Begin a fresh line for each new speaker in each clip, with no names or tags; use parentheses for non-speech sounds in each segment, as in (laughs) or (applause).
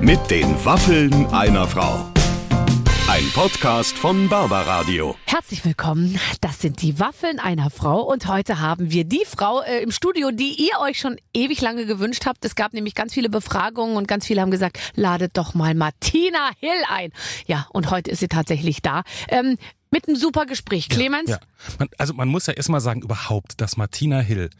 Mit den Waffeln einer Frau. Ein Podcast von Barbaradio.
Herzlich willkommen. Das sind die Waffeln einer Frau und heute haben wir die Frau äh, im Studio, die ihr euch schon ewig lange gewünscht habt. Es gab nämlich ganz viele Befragungen und ganz viele haben gesagt, ladet doch mal Martina Hill ein. Ja, und heute ist sie tatsächlich da. Ähm, mit einem super Gespräch. Clemens,
Ja. Man, also man muss ja erstmal sagen, überhaupt, dass Martina Hill.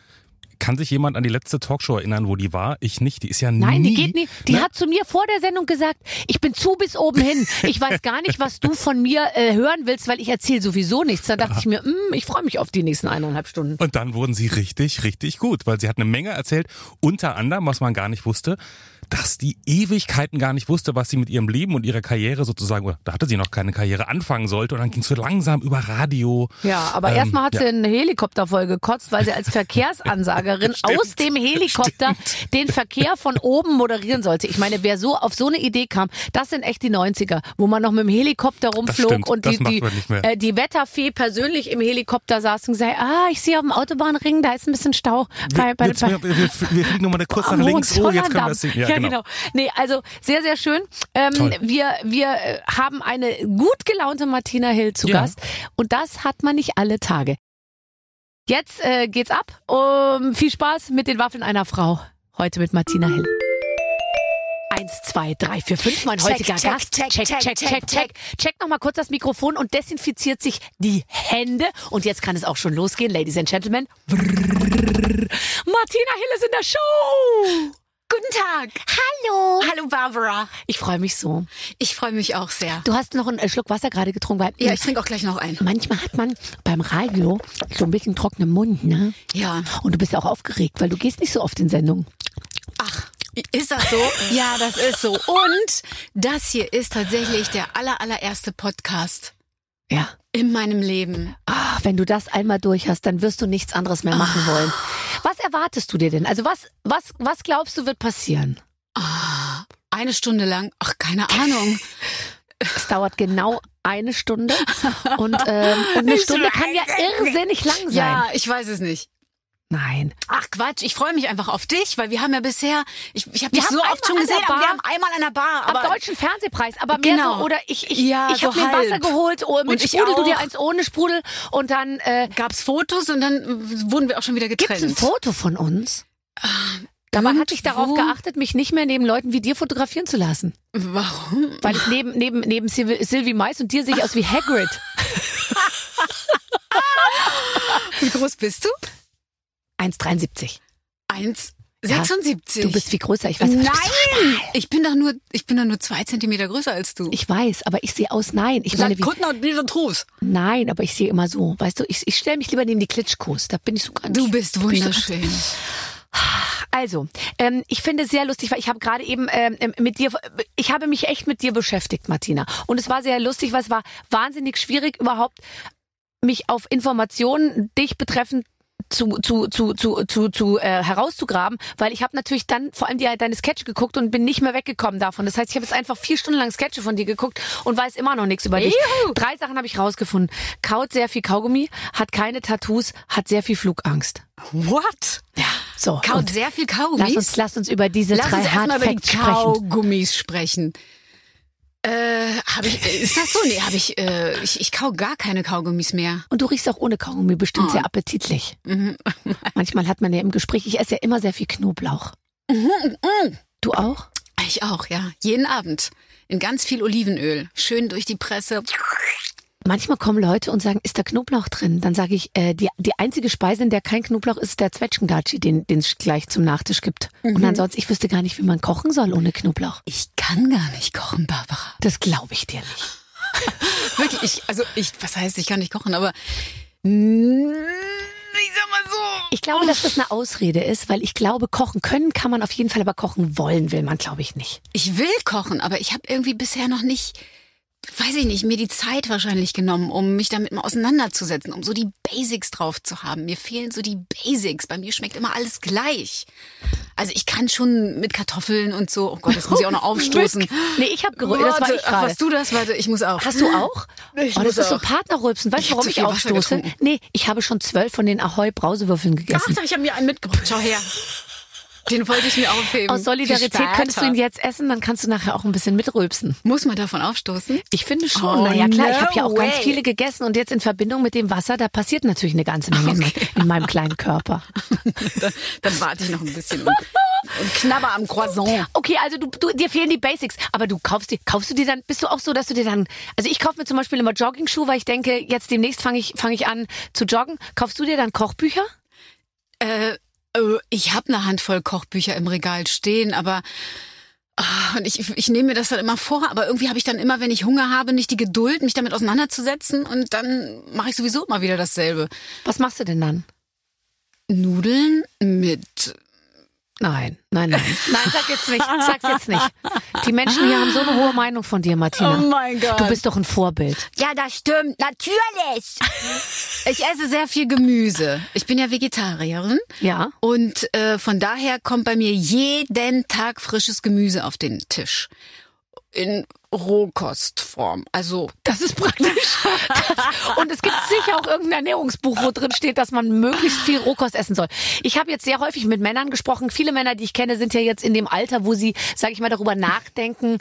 Kann sich jemand an die letzte Talkshow erinnern, wo die war? Ich nicht. Die ist ja
Nein,
nie.
die geht nicht. Die
Ne?
hat zu mir vor der Sendung gesagt, ich bin zu bis oben hin. Ich weiß gar nicht, was du von mir äh, hören willst, weil ich erzähle sowieso nichts. Da dachte ich mir, "Mm, ich freue mich auf die nächsten eineinhalb Stunden.
Und dann wurden sie richtig, richtig gut, weil sie hat eine Menge erzählt. Unter anderem, was man gar nicht wusste, dass die Ewigkeiten gar nicht wusste, was sie mit ihrem Leben und ihrer Karriere sozusagen, oder da hatte sie noch keine Karriere, anfangen sollte. Und dann ging es so langsam über Radio.
Ja, aber
Ähm,
erstmal hat
ja.
sie einen Helikopter voll gekotzt, weil sie als
(laughs)
Verkehrsansagerin aus dem Helikopter den Verkehr von oben moderieren sollte. Ich meine, wer so auf so eine Idee kam, das sind echt die 90er, wo man noch mit dem Helikopter rumflog
stimmt,
und
das
die,
macht
die,
man nicht mehr.
äh, die Wetterfee persönlich im Helikopter saß und gesagt, ah, ich sehe auf dem Autobahnring, da ist ein bisschen Stau. Bei, bei,
jetzt,
bei,
wir, wir, wir fliegen nochmal kurz nach
am
links. Oh, jetzt können wir
Hohenzollern-Damm.
das sehen.
Ja, genau. Nee, also sehr, sehr schön. Ähm,
Toll.
wir, wir äh, haben eine gut gelaunte Martina Hill zu
Ja.
Gast. Und das hat man nicht alle Tage. Jetzt äh, geht's ab. Um, viel Spaß mit den Waffeln einer Frau. Heute mit Martina Hill. Eins, zwei, drei, vier, fünf. Mein
Check,
heutiger
check,
Gast.
check,
check,
check,
check,
check,
check, check. Check nochmal kurz das Mikrofon und desinfiziert sich die Hände. Und jetzt kann es auch schon losgehen, Ladies and Gentlemen. Martina Hill ist in der Show.
Guten Tag. Hallo. Hallo Barbara.
Ich freue mich so.
Ich freue mich auch sehr.
Du hast noch einen äh, Schluck Wasser gerade getrunken, weil
Ja, ich trinke auch gleich noch einen.
manchmal hat man beim Radio so ein bisschen trockenen Mund, ne?
Ja.
Und du bist ja auch aufgeregt, weil du gehst nicht so oft in Sendungen.
Ach, ist das so? (laughs) ja, das ist so. Und das hier ist tatsächlich der aller, allererste Podcast
Ja.
in meinem Leben.
Ah, wenn du das einmal durch hast, dann wirst du nichts anderes mehr machen
Ah.
wollen. Was erwartest du dir denn? Also was, was, was glaubst du wird passieren?
Eine Stunde lang. Ach, keine Ahnung.
Es dauert genau eine Stunde und,
(laughs)
ähm, und eine
Ich
Stunde kann ja irrsinnig lang sein.
Ja, ich weiß es nicht.
Nein.
Ach Quatsch, ich freue mich einfach auf dich, weil wir haben ja bisher, ich, ich habe
Wir
dich
haben
so
einmal
oft schon
an der
gesehen, aber wir
Bar.
haben einmal an der Bar.
Am
Aber
deutschen Fernsehpreis, aber mehr
Genau.
so, oder ich, ich,
Ja,
ich habe
so
mir ein Wasser
halb.
geholt, oh, mit
Und ich
Sprudel, du
auch.
dir eins ohne Sprudel und dann äh,
gab's Fotos und dann wurden wir auch schon wieder getrennt.
gibt's ein Foto von uns. Dabei hatte ich darauf
irgendwo-
geachtet, mich nicht mehr neben Leuten wie dir fotografieren zu lassen.
Warum?
Weil ich neben, neben, neben Sil Sylvie Mais und dir sehe ich aus wie Hagrid.
Wie groß bist du?
1,73.
1,76.
Du bist viel größer, ich weiß aber du
Nein!
bist-
Ich bin doch nur, ich bin doch nur zwei Zentimeter größer als du.
(laughs) Ich weiß, aber ich sehe aus, nein. Ich meine,
sag
wie,
Kuttner und Lisa Trus.
nein, aber ich sehe immer so. Weißt du, ich, ich stelle mich lieber neben die Klitschkos. Da bin ich so ganz
Du bist wunderschön.
Also, ähm, ich finde es sehr lustig, weil ich habe gerade eben ähm, ähm, mit dir, ich habe mich echt mit dir beschäftigt, Martina. Und es war sehr lustig, weil es war wahnsinnig schwierig, überhaupt mich auf Informationen dich betreffend zu, zu, zu, zu, zu, zu äh, herauszugraben, weil ich habe natürlich dann vor allem die, deine Sketche geguckt und bin nicht mehr weggekommen davon. Das heißt, ich habe jetzt einfach vier Stunden lang Sketche von dir geguckt und weiß immer noch nichts über dich. Drei Sachen habe ich rausgefunden. Kaut sehr viel Kaugummi, hat keine Tattoos, hat sehr viel Flugangst.
What?
So.
Kaut
und-
sehr viel
Lass
Kaugummis.
uns, lass uns über diese
Lass
drei
uns
Hard
erstmal über die
Facts sprechen.
Kaugummis sprechen. Äh, hab ich, äh, ist das so? Nee, hab ich, äh, ich, ich kau gar keine Kaugummis mehr.
Und du riechst auch ohne Kaugummi bestimmt
Oh.
sehr appetitlich. (laughs) Manchmal hat man ja im Gespräch, ich esse ja immer sehr viel Knoblauch. Mhm, Du auch?
Ich auch, ja. Jeden Abend. In ganz viel Olivenöl. Schön durch die Presse.
Manchmal kommen Leute und sagen, ist da Knoblauch drin? Dann sage ich, äh, die, die einzige Speise, in der kein Knoblauch ist, ist der Zwetschgendatschi, den den es gleich zum Nachtisch gibt. Und ansonsten, ich wüsste gar nicht, wie man kochen soll ohne Knoblauch.
Ich kann gar nicht kochen, Barbara.
Das glaube ich dir nicht.
Wirklich, ich, also ich, was heißt, ich kann nicht kochen, aber mm, ich sag mal so.
Ich glaube, dass das eine Ausrede ist, weil ich glaube, kochen können kann man auf jeden Fall, aber kochen wollen will man, glaube ich, nicht.
Ich will kochen, aber ich habe irgendwie bisher noch nicht, weiß ich nicht, mir die Zeit wahrscheinlich genommen, um mich damit mal auseinanderzusetzen, um so die Basics drauf zu haben. Mir fehlen so die Basics. Bei mir schmeckt immer alles gleich. Also ich kann schon mit Kartoffeln und so. Oh Gott, das muss ich
(laughs)
auch noch aufstoßen.
Nee, ich habe gerührt. Das war
Warte,
ich
ach,
gerade.
was du das? Warte, ich muss auch.
Hast du auch?
Ich
oh, das
muss
ist so
auch.
Partnerrülpsen. Weißt
Ich
du,
hab
warum
zu
ich
viel Wasser
aufstoße?
getrunken.
Nee, ich habe schon zwölf von den Ahoi Brausewürfeln
Ach,
gegessen. (laughs)
ich habe mir einen mitgebracht. Schau her. Den wollte ich mir aufheben.
Aus Solidarität
Für
könntest du ihn
später.
jetzt essen, dann kannst du nachher auch ein bisschen mitrülpsen.
Muss man davon aufstoßen?
Ich finde schon.
Oh,
naja, klar, ich habe ja
no
auch ganz
way.
viele gegessen und jetzt in Verbindung mit dem Wasser, da passiert natürlich eine ganze Menge in- in meinem kleinen Körper.
(laughs) Dann, dann warte ich noch ein bisschen und, und knabber am Croissant.
Okay, also du, du, dir fehlen die Basics, aber du kaufst die, kaufst du dir dann, bist du auch so, dass du dir dann, also ich kaufe mir zum Beispiel immer Joggingschuhe, weil ich denke, jetzt demnächst fange ich, fange ich an zu joggen. Kaufst du dir dann Kochbücher?
Äh, äh, ich habe eine Handvoll Kochbücher im Regal stehen, aber ah, und ich, ich nehme mir das dann immer vor, aber irgendwie habe ich dann immer, wenn ich Hunger habe, nicht die Geduld, mich damit auseinanderzusetzen und dann mache ich sowieso immer wieder dasselbe.
Was machst du denn dann?
Nudeln mit
Nein, nein, nein. (laughs) Nein, sag jetzt nicht. (laughs) Sag's jetzt nicht. Die Menschen hier haben so eine hohe Meinung von dir, Martina.
mein Gott.
Du bist doch ein Vorbild.
Ja, das stimmt, natürlich.
(laughs)
Ich esse sehr viel Gemüse. Ich bin ja Vegetarierin.
Ja.
Und äh, von daher kommt bei mir jeden Tag frisches Gemüse auf den Tisch. In Rohkostform. Also
Das ist (laughs) praktisch. Das, und es gibt sicher auch irgendein Ernährungsbuch, wo drin steht, dass man möglichst viel Rohkost essen soll. Ich habe jetzt sehr häufig mit Männern gesprochen. Viele Männer, die ich kenne, sind ja jetzt in dem Alter, wo sie, sage ich mal, darüber nachdenken.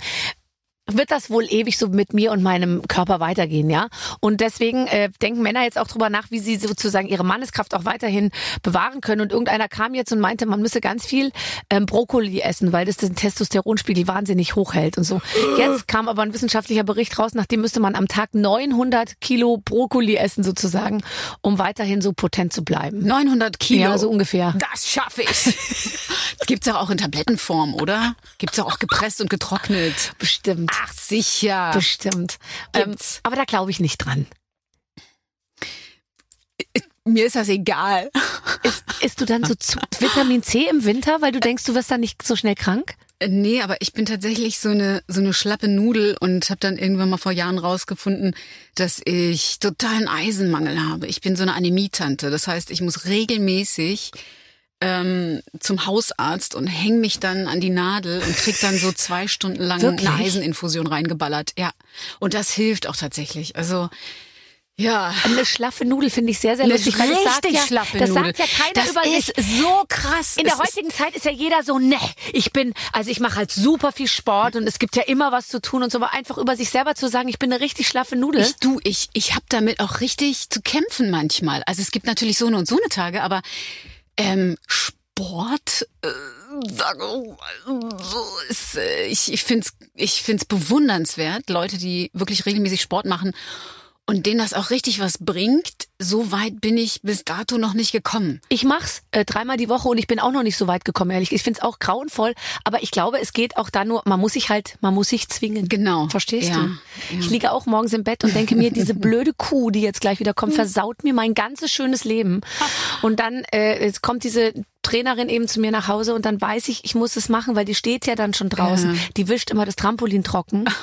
Wird das wohl ewig so mit mir und meinem Körper weitergehen, ja? Und deswegen äh, denken Männer jetzt auch drüber nach, wie sie sozusagen ihre Manneskraft auch weiterhin bewahren können. Und irgendeiner kam jetzt und meinte, man müsse ganz viel ähm, Brokkoli essen, weil das den Testosteronspiegel wahnsinnig hoch hält und so. Jetzt kam aber ein wissenschaftlicher Bericht raus, nachdem müsste man am Tag 900 Kilo Brokkoli essen sozusagen, um weiterhin so potent zu bleiben.
900 Kilo.
Ja, so ungefähr.
Das
(laughs)
schaffe ich. Gibt's ja auch in Tablettenform, oder? Gibt's ja auch gepresst und getrocknet.
Bestimmt.
Ach sicher.
Bestimmt. Ähm,
Gibt's.
aber da glaube ich nicht dran.
Mir ist das egal.
Isst du dann so zu Vitamin C im Winter, weil du denkst, du wirst dann nicht so schnell krank?
Äh, Nee, aber ich bin tatsächlich so eine so eine schlappe Nudel und habe dann irgendwann mal vor Jahren rausgefunden, dass ich totalen Eisenmangel habe. Ich bin so eine Anämietante, das heißt, ich muss regelmäßig ähm, zum Hausarzt und häng mich dann an die Nadel und krieg dann so zwei Stunden lang
Wirklich?
eine Eiseninfusion reingeballert. Ja, und das hilft auch tatsächlich. Also ja.
Eine schlaffe Nudel finde ich sehr, sehr lustig, weil
Eine
das sagt ja,
schlappe
das
Nudel.
sagt ja keiner
das
über sich.
ist so krass.
In der
Es ist-
heutigen Zeit ist ja jeder so, ne, ich bin, also ich mache halt super viel Sport und es gibt ja immer was zu tun und so, aber einfach über sich selber zu sagen, ich bin eine richtig schlaffe Nudel.
Ich, du, ich, ich habe damit auch richtig zu kämpfen manchmal. Also es gibt natürlich so eine und so eine Tage, aber ähm, Sport, äh, sag, oh, so ist, äh, ich, ich find's, ich find's bewundernswert, Leute, die wirklich regelmäßig Sport machen und denen das auch richtig was bringt. So weit bin ich bis dato noch nicht gekommen.
Ich mach's äh, dreimal die Woche und ich bin auch noch nicht so weit gekommen, ehrlich. Ich find's auch grauenvoll, aber ich glaube, es geht auch da nur, man muss sich halt, man muss sich zwingen.
Genau.
Verstehst
Ja,
du?
ja.
Ich liege auch morgens im Bett und denke mir,
(laughs)
diese blöde Kuh, die jetzt gleich wieder kommt,
Hm.
versaut mir mein ganzes schönes
(laughs)
Leben. Und dann äh, es kommt diese Trainerin eben zu mir nach Hause und dann weiß ich, ich muss es machen, weil die steht ja dann schon draußen.
Ja. Oh
Die wischt immer das Trampolin trocken.
(laughs)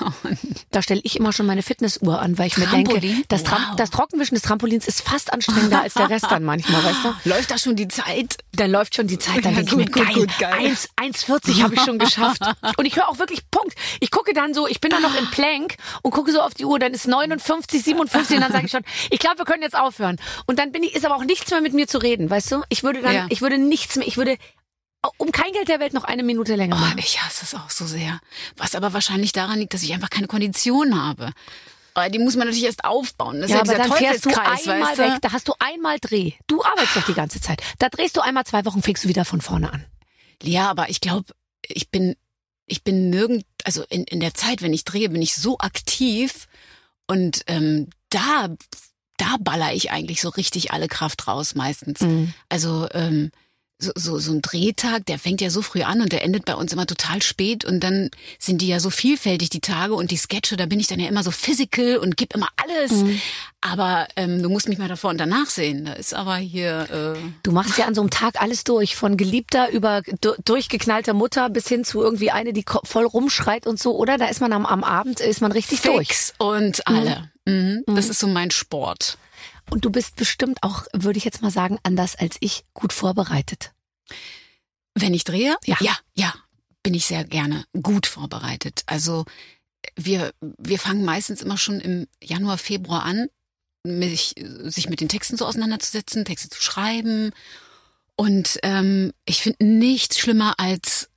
Da stelle ich immer schon meine Fitnessuhr an, weil ich mir denke,
Trampolin?
das, Tram
Wow.
das Trockenwischen des Trampolins ist fast anstrengender als der Rest dann manchmal, weißt
(laughs)
du?
Läuft da schon die Zeit?
Dann läuft schon die Zeit, dann
Ja,
denke ich
gut,
mir, geil,
gut, gut, geil.
1, 1,40 habe ich schon
(laughs)
geschafft. Und ich höre auch wirklich, Punkt. Ich gucke dann so, ich bin dann noch im Plank und gucke so auf die Uhr, dann ist 59, 57 und dann sage ich schon, ich glaube, wir können jetzt aufhören. Und dann bin ich, ist aber auch nichts mehr mit mir zu reden, weißt du? Ich würde dann,
Ja.
ich würde nichts mehr, ich würde um kein Geld der Welt noch eine Minute länger
Oh,
machen.
ich hasse es auch so sehr. Was aber wahrscheinlich daran liegt, dass ich einfach keine Kondition habe. Aber die muss man natürlich erst aufbauen. Das
Ja,
ist
aber
ja
dann
dieser
fährst du
Teufelskreis,
einmal
weißt
weg,
du?
da hast du einmal Dreh. Du arbeitest doch die ganze Zeit. Da drehst du einmal zwei Wochen, fängst du wieder von vorne an.
Ja, aber ich glaube, ich bin, ich bin nirgend, also in, in der Zeit, wenn ich drehe, bin ich so aktiv und ähm, da, da baller ich eigentlich so richtig alle Kraft raus meistens. Also ähm, so, so, so ein Drehtag, der fängt ja so früh an und der endet bei uns immer total spät und dann sind die ja so vielfältig, die Tage und die Sketche, da bin ich dann ja immer so physical und gib immer alles. Aber ähm, du musst mich mal davor und danach sehen. Da ist aber hier... Äh,
Du machst ja an so einem Tag alles durch, von Geliebter über du- durchgeknallter Mutter bis hin zu irgendwie eine, die ko- voll rumschreit und so, oder? Da ist man am, am Abend, ist man richtig durch.
Fix und alle. Mhm. Das ist so mein Sport.
Und du bist bestimmt auch, würde ich jetzt mal sagen, anders als ich, gut vorbereitet.
Wenn ich drehe,
Ja.
ja, ja, bin ich sehr gerne gut vorbereitet. Also wir, wir fangen meistens immer schon im Januar, Februar an, mich, sich mit den Texten so auseinanderzusetzen, Texte zu schreiben. Und ähm, ich finde nichts schlimmer als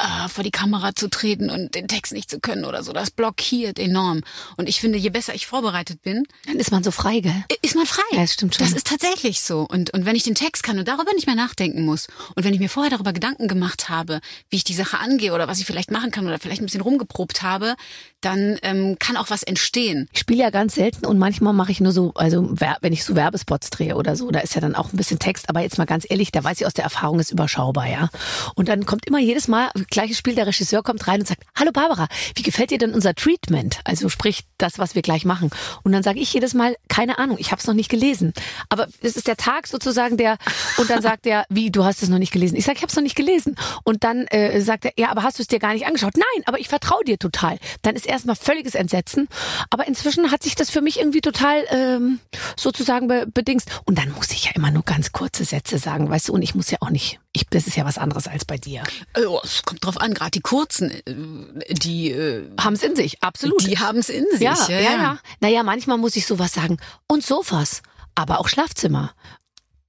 äh, vor die Kamera zu treten und den Text nicht zu können oder so. Das blockiert enorm. Und ich finde, je besser ich vorbereitet bin,
Dann ist man so frei, gell?
ist man frei.
Ja, das stimmt schon.
Das ist tatsächlich so. Und, und wenn ich den Text kann und darüber nicht mehr nachdenken muss und wenn ich mir vorher darüber Gedanken gemacht habe, wie ich die Sache angehe oder was ich vielleicht machen kann oder vielleicht ein bisschen rumgeprobt habe, dann ähm, kann auch was entstehen.
Ich spiele ja ganz selten und manchmal mache ich nur so, also Wer- wenn ich so Werbespots drehe oder so, da ist ja dann auch ein bisschen Text, aber jetzt mal ganz ehrlich, da weiß ich aus der Erfahrung, ist überschaubar, ja. Und dann kommt immer jedes Mal, gleiches Spiel, der Regisseur kommt rein und sagt, hallo Barbara, wie gefällt dir denn unser Treatment? Also sprich, das, was wir gleich machen. Und dann sage ich jedes Mal, keine Ahnung, ich habe es noch nicht gelesen. Aber es ist der Tag sozusagen der, und dann sagt er, wie, du hast es noch nicht gelesen? Ich sage, ich habe es noch nicht gelesen. Und dann äh, sagt er, ja, aber hast du es dir gar nicht angeschaut? Nein, aber ich vertraue dir total. Dann ist erstmal völliges Entsetzen. Aber inzwischen hat sich das für mich irgendwie total ähm, sozusagen be bedingst. Und dann muss ich ja immer nur ganz kurze Sätze sagen, weißt du, und ich muss ja auch nicht, ich, das ist ja was anderes als bei dir.
Oh, es kommt drauf an, gerade die kurzen, äh, die, äh,
Haben es in sich, absolut.
die haben es in sich.
ja, ja, ja, Naja, manchmal muss ich sowas sagen. Und Sofas, aber auch Schlafzimmer.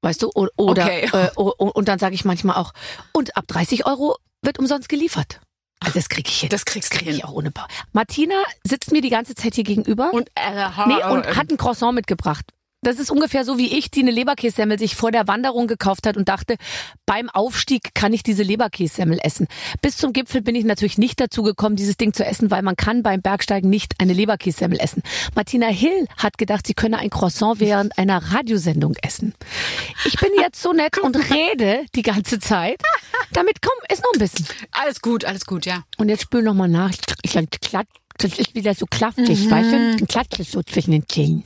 Weißt du, o- oder
Okay.
äh, o- o- und dann sage ich manchmal auch, und ab 30 Euro wird umsonst geliefert. Also das kriege ich hin.
Das kriegst du
kriege
hin.
ich auch ohne Bau. Martina sitzt mir die ganze Zeit hier gegenüber
Und, äh,
nee, und hat ein Croissant mitgebracht. Das ist ungefähr so, wie ich, die eine Leberkässemmel sich vor der Wanderung gekauft hat und dachte, beim Aufstieg kann ich diese Leberkässemmel essen. Bis zum Gipfel bin ich natürlich nicht dazu gekommen, dieses Ding zu essen, weil man kann beim Bergsteigen nicht eine Leberkässemmel essen. Martina Hill hat gedacht, sie könne ein Croissant während einer Radiosendung essen. Ich bin jetzt so nett und rede die ganze Zeit. Damit komm, ess noch ein bisschen.
alles gut, alles gut, ja.
Und jetzt spül nochmal nach. Ich klatsch, das ist wieder so klaffig, weißt du? Dann klatscht es so zwischen den Zähnen.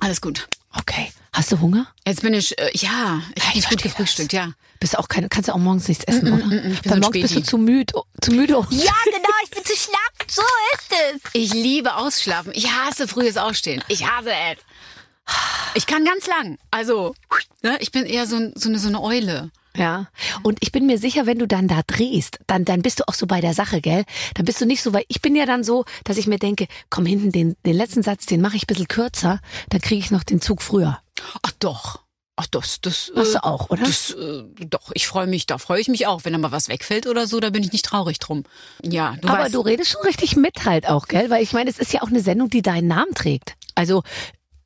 Alles gut.
Okay. Hast du Hunger?
Jetzt bin ich, äh, ja, ich
Ja,
habe
ich
nicht gut
verstehe
gefrühstückt, ja.
Bist auch keine, kannst du auch morgens nichts essen, oder?
ich bin
Weil
so ein
morgens bist du
Späti.
zu müde, zu müde. um
Ja, genau, ich bin zu schlapp. So ist es. Ich liebe Ausschlafen. Ich hasse frühes Aufstehen. Ich hasse es. Ich kann ganz lang. Also, ne, ich bin eher so, ein- so, eine, so eine Eule.
Ja. Und ich bin mir sicher, wenn du dann da drehst, dann, dann bist du auch so bei der Sache, gell? Dann bist du nicht so, weil ich bin ja dann so, dass ich mir denke, komm hinten, den, den letzten Satz, den mache ich ein bisschen kürzer, dann kriege ich noch den Zug früher.
Ach doch. Ach, das, das.
Machst
äh,
du auch, ne? oder?
Das, äh, doch, ich freue mich, da freue ich mich auch. Wenn da mal was wegfällt oder so, da bin ich nicht traurig drum. Ja, du
Aber
weißt.
du redest schon richtig mit halt auch, gell? Weil ich meine, es ist ja auch eine Sendung, die deinen Namen trägt. Also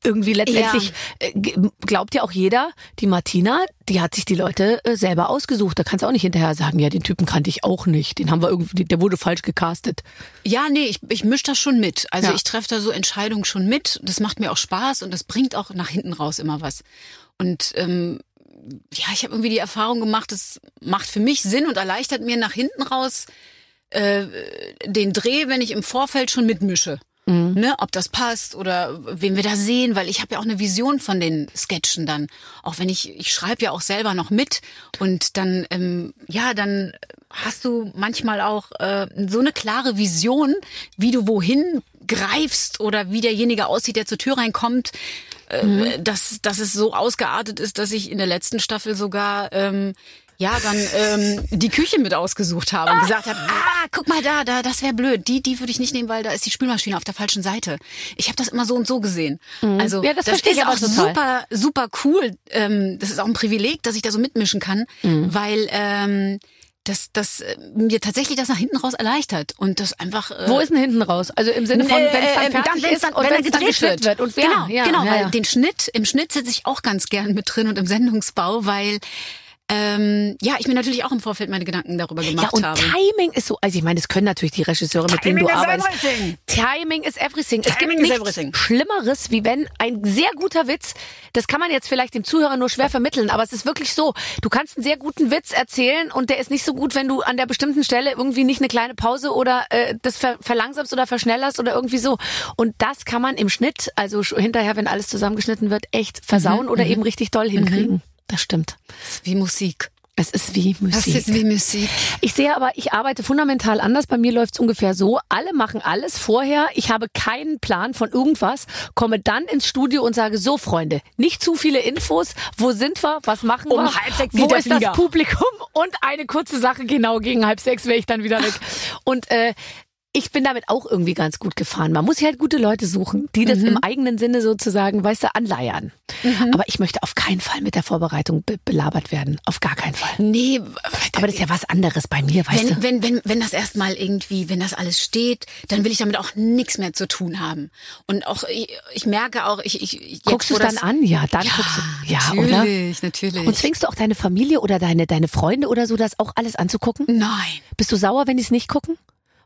irgendwie letztendlich äh, g- glaubt ja auch jeder, die Martina, die hat sich die Leute äh, selber ausgesucht. Da kannst du auch nicht hinterher sagen, ja, den Typen kannte ich auch nicht. Den haben wir irgendwie, der wurde falsch gecastet.
Ja, nee, ich, ich mische das schon mit. Also
Ja.
ich treffe da so Entscheidungen schon mit. Das macht mir auch Spaß und das bringt auch nach hinten raus immer was. Und ähm, ja, ich habe irgendwie die Erfahrung gemacht, es macht für mich Sinn und erleichtert mir nach hinten raus äh, den Dreh, wenn ich im Vorfeld schon mitmische. Ne, ob das passt oder wen wir da sehen, weil ich habe ja auch eine Vision von den Sketchen dann. Auch wenn ich, ich schreibe ja auch selber noch mit und dann, ähm, ja, dann hast du manchmal auch äh, so eine klare Vision, wie du wohin greifst oder wie derjenige aussieht, der zur Tür reinkommt, äh, dass, dass es so ausgeartet ist, dass ich in der letzten Staffel sogar ähm, ja, dann ähm, die Küche mit ausgesucht habe und gesagt habe, ah, guck mal da, da, das wäre blöd. Die, die würde ich nicht nehmen, weil da ist die Spülmaschine auf der falschen Seite. Ich habe das immer so und so gesehen. Also
Mhm. Ja, das verstehe
ist
ich
auch
aber total.
super, super cool. Ähm, das ist auch ein Privileg, dass ich da so mitmischen kann,
Mhm.
weil ähm, das, das äh, mir tatsächlich das nach hinten raus erleichtert und das einfach. Äh,
Wo ist denn hinten raus? Also im Sinne von, wenn es
äh,
dann
dann,
fertig
wenn's
ist
dann-
und
wenn
wenn
er
es dann
gedreht
geschnitten
wird.
wird. Und wer?
genau,
ja,
genau,
ja,
weil
ja.
den Schnitt, im Schnitt sitze ich auch ganz gern mit drin und im Sendungsbau, weil ähm, ja, ich mir natürlich auch im Vorfeld meine Gedanken darüber
ja,
gemacht
und
habe.
Timing ist so, also ich meine, das können natürlich die Regisseure, mit denen du
Timing is
arbeitest.
everything.
Timing is everything. es gibt
Timing is
nichts
everything.
Schlimmeres, wie wenn ein sehr guter Witz, das kann man jetzt vielleicht dem Zuhörer nur schwer vermitteln, aber es ist wirklich so, du kannst einen sehr guten Witz erzählen und der ist nicht so gut, wenn du an der bestimmten Stelle irgendwie nicht eine kleine Pause oder äh, das ver verlangsamst oder verschnellerst oder irgendwie so. Und das kann man im Schnitt, also sch- hinterher, wenn alles zusammengeschnitten wird, echt versauen
Mhm,
oder eben richtig doll hinkriegen. Das stimmt.
Wie Musik.
Es ist wie Musik.
Mhm. Das ist wie Musik.
Ich sehe aber, ich arbeite fundamental anders. Bei mir läuft es ungefähr so. Alle machen alles vorher. Ich habe keinen Plan von irgendwas, komme dann ins Studio und sage, so Freunde, nicht zu viele Infos. Wo sind wir? Was machen
Um
wir?
halb sechs
Wo
geht der
ist das
Flieger."
Publikum? Und eine kurze Sache, genau gegen halb sechs wäre ich dann wieder weg. Und äh, ich bin damit auch irgendwie ganz gut gefahren. Man muss sich halt gute Leute suchen, die das
Mhm.
im eigenen Sinne sozusagen, weißt du, anleiern. Aber ich möchte auf keinen Fall mit der Vorbereitung be belabert werden. Auf gar keinen Fall.
Nee,
Aber das ist ja was anderes bei mir, weißt du.
wenn, wenn, wenn, wenn das erstmal irgendwie, wenn das alles steht, dann will ich damit auch nichts mehr zu tun haben. Und auch, ich, ich merke auch, ich, ich jetzt,
Guckst du
wo
es dann
das-
an? Ja, dann guckst du. Ja, oder?
natürlich, natürlich.
Und zwingst du auch deine Familie oder deine, deine Freunde oder so, das auch alles anzugucken?
Nein.
Bist du sauer, wenn die es nicht gucken?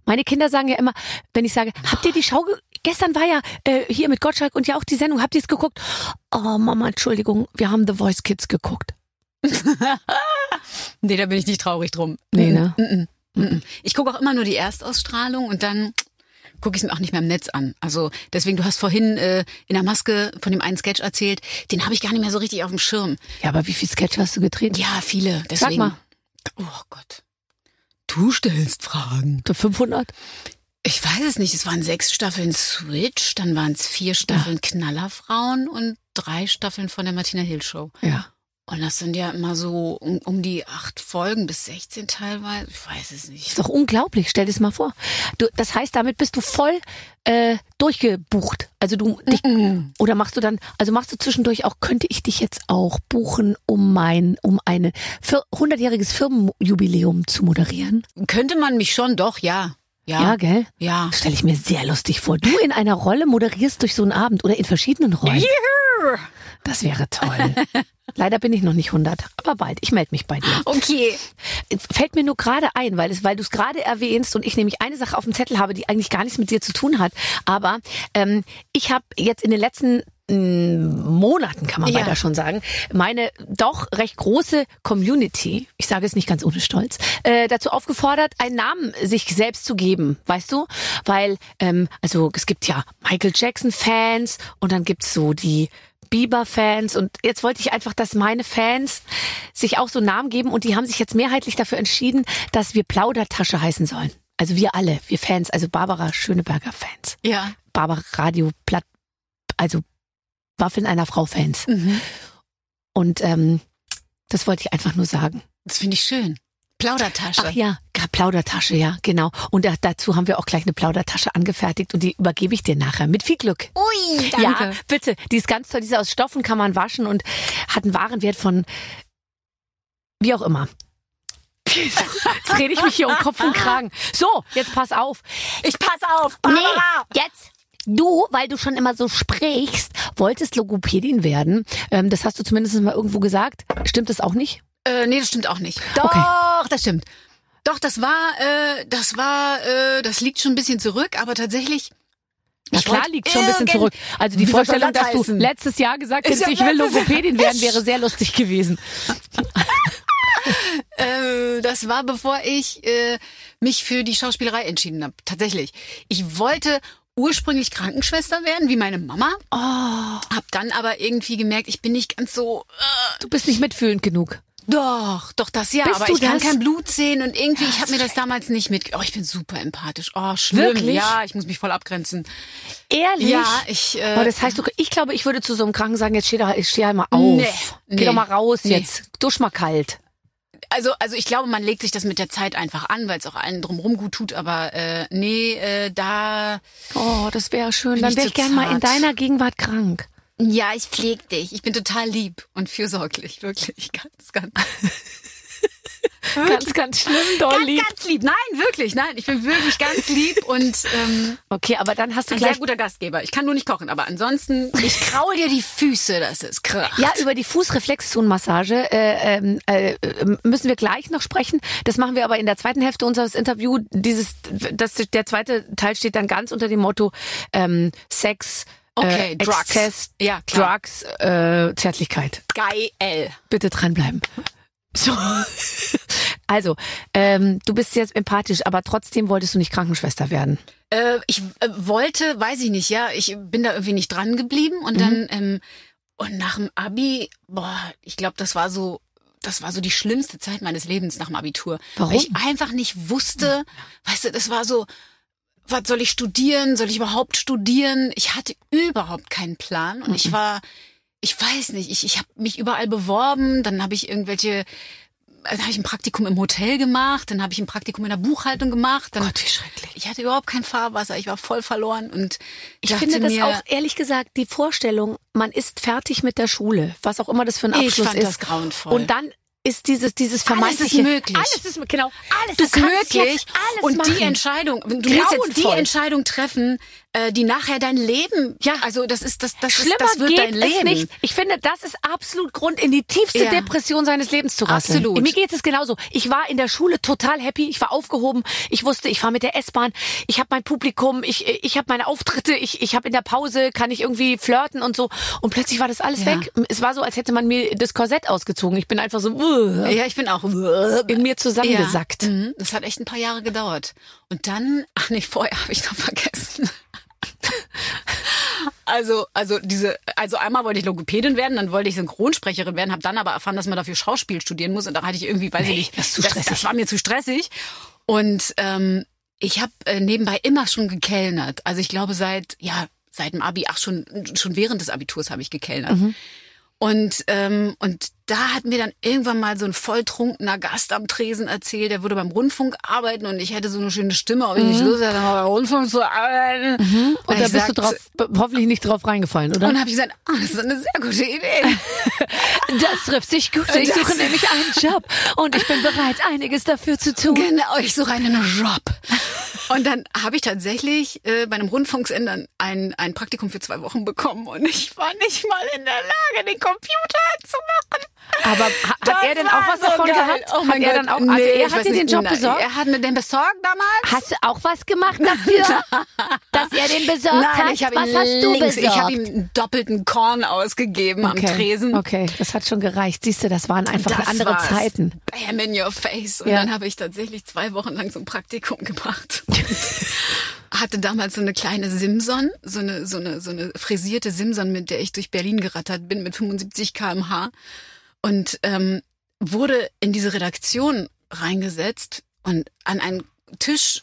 Meine Kinder sagen ja immer, wenn ich sage, habt ihr die Schau, ge- gestern war ja äh, hier mit Gottschalk und ja auch die Sendung, habt ihr es geguckt? Oh Mama, Entschuldigung, wir haben The Voice Kids geguckt.
Nee, da bin ich nicht traurig drum.
Nee, ne?
Mm-mm, mm-mm. Ich gucke auch immer nur die Erstausstrahlung und dann gucke ich es mir auch nicht mehr im Netz an. Also deswegen, du hast vorhin äh, in der Maske von dem einen Sketch erzählt, den habe ich gar nicht mehr so richtig auf dem Schirm.
Ja, aber wie viel Sketch hast du gedreht?
Ja, viele. Deswegen,
mal.
Oh Gott. Du stellst Fragen.
So 500?
Ich weiß es nicht. Es waren sechs Staffeln Switch, dann waren es vier Staffeln Knallerfrauen und drei Staffeln von der Martina Hill Show.
Ja.
Und das sind ja immer so um, um die acht Folgen bis 16 teilweise. Ich weiß es nicht.
Ist doch unglaublich, stell dir das mal vor. Du, das heißt, damit bist du voll äh, durchgebucht. Also du dich,
Mm.
oder machst du dann, also machst du zwischendurch auch, könnte ich dich jetzt auch buchen, um mein, um ein 100-jähriges Firmenjubiläum zu moderieren?
Könnte man mich schon, doch, ja.
Ja,
Ja,
gell?
ja.
Stelle ich mir sehr lustig vor. Du in einer Rolle moderierst durch so einen Abend oder in verschiedenen Rollen. Das wäre toll. Leider bin ich noch nicht 100, aber bald. Ich melde mich bei dir.
Oh.
Okay.
Fällt mir nur gerade ein, weil, es, weil du es gerade erwähnst und ich nämlich eine Sache auf dem Zettel habe, die eigentlich gar nichts mit dir zu tun hat. Aber ähm, ich habe jetzt in den letzten mm, Monaten, kann man
Ja.
weiter schon sagen, meine doch recht große Community, ich sage es nicht ganz ohne Stolz, äh, dazu aufgefordert, einen Namen sich selbst zu geben, weißt du? Weil, ähm, also es gibt ja Michael Jackson-Fans und dann gibt's so die Bieber-Fans und jetzt wollte ich einfach, dass meine Fans sich auch so Namen geben und die haben sich jetzt mehrheitlich dafür entschieden, dass wir Plaudertasche heißen sollen. Also wir alle, wir Fans, also Barbara Schöneberger Fans,
Ja.
Barbara Radio Platt, also Waffeln einer Frau Fans.
Mhm.
Und ähm, das wollte ich einfach nur sagen.
Das finde ich schön. Plaudertasche.
Ach ja, ja, Plaudertasche, ja, genau. Und da, dazu haben wir auch gleich eine Plaudertasche angefertigt und die übergebe ich dir nachher mit viel Glück.
Ui,
Ja, bitte. Die ist ganz toll. Die ist aus Stoffen, kann man waschen und hat einen Warenwert von wie auch
(laughs)
immer. Jetzt rede ich mich hier um Kopf und Kragen. So, jetzt pass auf.
Ich pass auf.
Nee, jetzt. Du, weil du schon immer so sprichst, wolltest Logopädin werden. Ähm, das hast du zumindest mal irgendwo gesagt. Stimmt das auch nicht?
Äh, nee, das stimmt auch nicht. Doch, das stimmt. Doch, das war, äh, das war, äh, das liegt schon ein bisschen zurück, aber tatsächlich.
Na
Ich
klar,
wollte
liegt schon ein bisschen zurück.
irgend-
Also die
Wie soll das
Vorstellung, dass du
heißen?
letztes Jahr gesagt
Ist
hättest,
ja
ich will
letztes-
Logopädin
(laughs)
werden, wäre sehr lustig gewesen.
Äh, das war, bevor ich äh, mich für die Schauspielerei entschieden habe. Tatsächlich. Ich wollte ursprünglich Krankenschwester werden, wie meine Mama. Oh. Hab dann aber irgendwie gemerkt, ich bin nicht ganz so. Äh,
Du bist nicht mitfühlend genug.
doch, doch das ja.
Bist
aber
du
ich kann
das?
kein Blut sehen und irgendwie, ich habe mir das damals nicht mit. Oh, ich bin super empathisch. Oh, schlimm.
Wirklich?
Ja, ich muss mich voll abgrenzen.
Ehrlich?
Ja, ich. Äh,
Aber das heißt, du, ich glaube, ich würde zu so einem Kranken sagen, jetzt steh, doch, steh halt mal auf.
Nee,
Geh
nee,
doch mal raus
nee.
jetzt. Dusch mal kalt.
Also, also ich glaube, man legt sich das mit der Zeit einfach an, weil es auch allen drumherum gut tut. Aber äh, nee, äh, da.
Oh, das wäre schön.
Bin
Dann
ich
wäre
zu
ich gern mal in
zart.
deiner Gegenwart krank.
Ja, ich pflege dich. Ich bin total lieb und fürsorglich, wirklich, (laughs) ganz, ganz,
Ganz, ganz schlimm, Dolly.
ganz lieb. Nein, wirklich, nein, ich bin wirklich ganz lieb und ähm,
Okay, aber dann hast du
ein sehr
gleich...
guter Gastgeber. Ich kann nur nicht kochen, aber ansonsten, ich kraul dir die Füße, das ist krass.
Ja, über die Fußreflexzonenmassage äh, ähm, äh, äh, müssen wir gleich noch sprechen. Das machen wir aber in der zweiten Hälfte unseres Interviews. Dieses, das, der zweite Teil steht dann ganz unter dem Motto ähm, Sex,
Okay,
äh,
Drugs.
Exzess,
Ja, klar.
Drugs, äh, Zärtlichkeit.
Geil. Äh,
Bitte dranbleiben. So. Also, ähm, du bist jetzt empathisch, aber trotzdem wolltest du nicht Krankenschwester werden.
Äh, ich äh, wollte, weiß ich nicht, ja, ich bin da irgendwie nicht dran geblieben und
Mhm.
dann ähm, und nach dem Abi, boah, ich glaube, das war so, das war so die schlimmste Zeit meines Lebens nach dem Abitur,
Warum?
weil ich einfach nicht wusste, weißt du, das war so, was soll ich studieren, soll ich überhaupt studieren? Ich hatte überhaupt keinen Plan und
Mhm.
ich war, ich weiß nicht, ich ich habe mich überall beworben, dann habe ich irgendwelche dann habe ich ein Praktikum im Hotel gemacht, dann habe ich ein Praktikum in der Buchhaltung gemacht. Dann,
Gott, wie schrecklich.
Ich hatte überhaupt kein Fahrwasser, ich war voll verloren und
Ich
dachte
finde das
mir,
auch, ehrlich gesagt, die Vorstellung, man ist fertig mit der Schule, was auch immer das für ein
Ich
Abschluss
fand
ist.
das grauenvoll.
Und dann ist dieses, dieses
Alles ist
vermeintliche.
möglich.
Alles ist, genau. Alles
Du bist
kannst
möglich
jetzt Alles
und
machen.
die Entscheidung, du musst jetzt die
Grauenvoll.
Entscheidung treffen, äh, die nachher dein Leben,
Ja.
also das ist das das
Schlimmer
ist, das wird
geht
dein Leben.
es nicht. Ich finde, das ist absolut Grund, in die tiefste
Ja.
Depression seines Lebens zu rasseln.
Absolut.
Mir geht es genauso. Ich war in der Schule total happy. Ich war aufgehoben. Ich wusste, ich fahre mit der S-Bahn. Ich habe mein Publikum. Ich, ich habe meine Auftritte. Ich, ich habe in der Pause, kann ich irgendwie flirten und so. Und plötzlich war das alles
Ja.
weg. Es war so, als hätte man mir das Korsett ausgezogen. Ich bin einfach so uh,
Ja, ich bin auch (laughs)
in mir zusammengesackt.
Ja. Mhm. Das hat echt ein paar Jahre gedauert. Und dann, ach nee, vorher habe ich noch (laughs) vergessen. Also, also diese, also einmal wollte ich Logopädin werden, dann wollte ich Synchronsprecherin werden, habe dann aber erfahren, dass man dafür Schauspiel studieren muss und da hatte ich irgendwie, weiß ich nicht,
das ist zu
das,
stressig.
war mir zu stressig. Und ähm, ich habe äh, nebenbei immer schon gekellnert. Also ich glaube seit, ja, seit dem Abi, ach schon, schon während des Abiturs habe ich gekellnert.
Mhm.
Und, ähm, und da hat mir dann irgendwann mal so ein volltrunkener Gast am Tresen erzählt, der würde beim Rundfunk arbeiten und ich hätte so eine schöne Stimme, ob ich nicht Lust hätte, mal beim Rundfunk zu arbeiten. Dann
Mhm. Und da
hab ich
bist du
gesagt-
drauf, hoffentlich nicht drauf reingefallen, oder?
Und habe ich gesagt, ah, das ist eine sehr
(laughs)
gute Idee.
Das trifft sich gut. Ich
Das-
suche nämlich einen Job und ich bin bereit, einiges dafür zu tun.
Genau, ich suche einen Job. Und dann habe ich tatsächlich äh, bei einem Rundfunksender ein, ein Praktikum für zwei Wochen bekommen und ich war nicht mal in der Lage, den Computer zu machen.
Aber ha-
Das
hat er denn
war
auch was
so
davon
geil.
gehabt?
Oh
hat
mein
er
Gott.
dann auch,
nee,
also er
ich
hat
weiß
dir den
nicht.
Job
Nein,
besorgt?
Er hat mir den besorgt damals.
Hast du auch was gemacht (laughs) dafür, dass er den besorgt
Nein,
hat?
ich habe
was
ihm
hast du
links,
besorgt?
ich habe ihm einen doppelten Korn ausgegeben
okay.
am Tresen.
Okay, das hat schon gereicht. Siehst du, das waren einfach
Das
andere
war's.
Zeiten.
Bam in your face. Und
Ja.
dann habe ich tatsächlich zwei Wochen lang so ein
(laughs)
Praktikum gemacht. Hatte damals so eine kleine Simson, so eine, so eine, so eine frisierte Simson, mit der ich durch Berlin gerattert bin, mit 75 kmh. Und ähm, wurde in diese Redaktion reingesetzt und an einen Tisch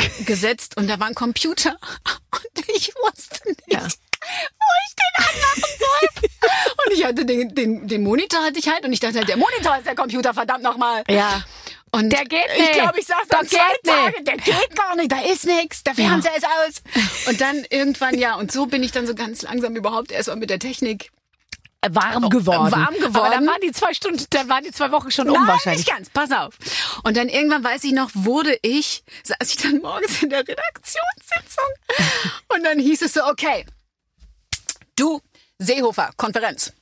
äh, gesetzt und da war ein Computer. (laughs) Und ich wusste nicht,
Ja.
wo ich den anmachen soll. und ich hatte den, den, den Monitor hatte ich halt und ich dachte halt, der Monitor ist der Computer, verdammt nochmal.
Ja.
Und
Der geht
Ich
nicht.
glaube, ich saß
Der
dann zwei
geht
Tage,
nicht.
der geht gar nicht, da ist nichts, der Fernseher ist aus. Und dann irgendwann, ja, und so bin ich dann so ganz langsam überhaupt erstmal mit der Technik.
Äh, Warm geworden.
warm
Aber dann
geworden.
waren die zwei Stunden, dann waren die zwei Wochen schon
Nein,
um wahrscheinlich.
nicht ganz, pass auf. Und dann irgendwann, weiß ich noch, wurde ich, saß ich dann morgens in der Redaktionssitzung und dann hieß es so, okay, du, Seehofer, Konferenz.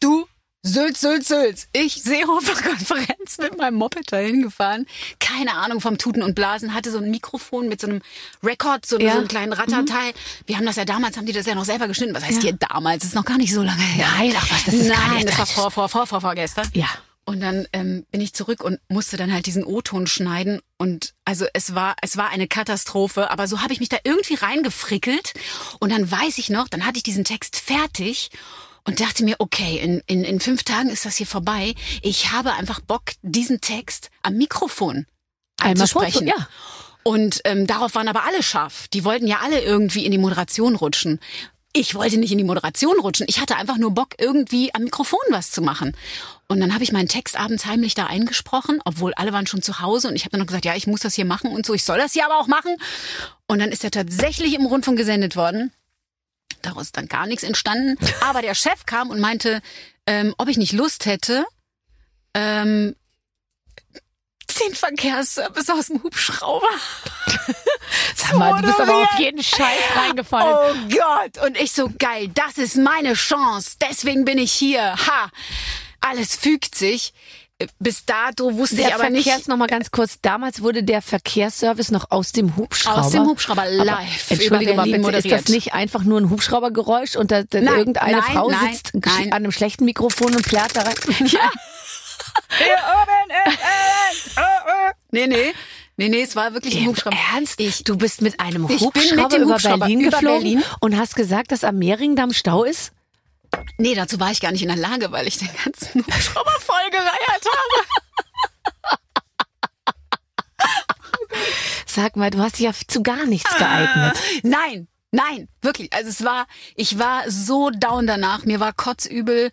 Du, Sülz, Sülz, Sülz. Ich, Seehofer, (laughs) Konferenz mit meinem Moped dahin gefahren. Keine Ahnung vom Tuten und Blasen. Hatte so ein Mikrofon mit so einem Rekord, so,
Ja. Mhm.
so einem kleinen Ratterteil. Wir haben das ja damals, haben die das ja noch selber geschnitten. Was heißt hier damals? Das ist noch gar nicht so lange her.
Nein, ach was, das ist
Nein,
gar nicht-
das war vor, vor, vor, vor, vorgestern.
Ja.
Und dann ähm, bin ich zurück und musste dann halt diesen O-Ton schneiden. Und also es war, es war eine Katastrophe, aber so habe ich mich da irgendwie reingefrickelt. Und dann weiß ich noch, dann hatte ich diesen Text fertig und dachte mir, okay, in, in, in fünf Tagen ist das hier vorbei. Ich habe einfach Bock, diesen Text am Mikrofon
Einmal
anzusprechen.
kurz, ja.
Und ähm, darauf waren aber alle scharf. Die wollten ja alle irgendwie in die Moderation rutschen. Ich wollte nicht in die Moderation rutschen. Ich hatte einfach nur Bock, irgendwie am Mikrofon was zu machen. Und dann habe ich meinen Text abends heimlich da eingesprochen, obwohl alle waren schon zu Hause. Und ich habe dann noch gesagt, ja, ich muss das hier machen und so. Ich soll das hier aber auch machen. Und dann ist er tatsächlich im Rundfunk gesendet worden. Daraus ist dann gar
(laughs)
nichts entstanden. Aber der Chef kam und meinte, ähm, ob ich nicht Lust hätte, ähm, den Verkehrsservice aus dem Hubschrauber.
(laughs) Sag mal, du bist aber auf
moderieren.
jeden Scheiß reingefallen.
Oh Gott! Und ich so geil, das ist meine Chance. Deswegen bin ich hier. Ha! Alles fügt sich. Bis dato wusste ich
Der
aber nicht
Verkehrs, noch mal ganz kurz, damals wurde der Verkehrsservice noch aus dem Hubschrauber.
aus dem Hubschrauber live über
Entschuldige
Berlin
mal bitte,
moderiert.
ist das nicht einfach nur ein Hubschraubergeräusch und da, da
Nein,
irgendeine
nein,
Frau
nein,
sitzt
nein.
an einem schlechten Mikrofon und plärrt
(laughs)
da rein?
Nee, nee. Nee, nee, es war wirklich ein Hubschrauber.
Ernst?
Ich,
du bist mit einem
Ich bin mit
Hubschrauber
dem
über
Hubschrauber
Berlin
über
geflogen
Berlin.
und hast gesagt, dass am Mehringdamm Stau ist?
nee, dazu war ich gar nicht in der Lage, weil ich den
(laughs)
ganzen Hubschrauber vollgereiert habe.
Sag mal, du hast dich ja zu gar nichts
Ah.
geeignet.
Nein, nein, wirklich. Also es war, ich war so down danach. Mir war kotzübel.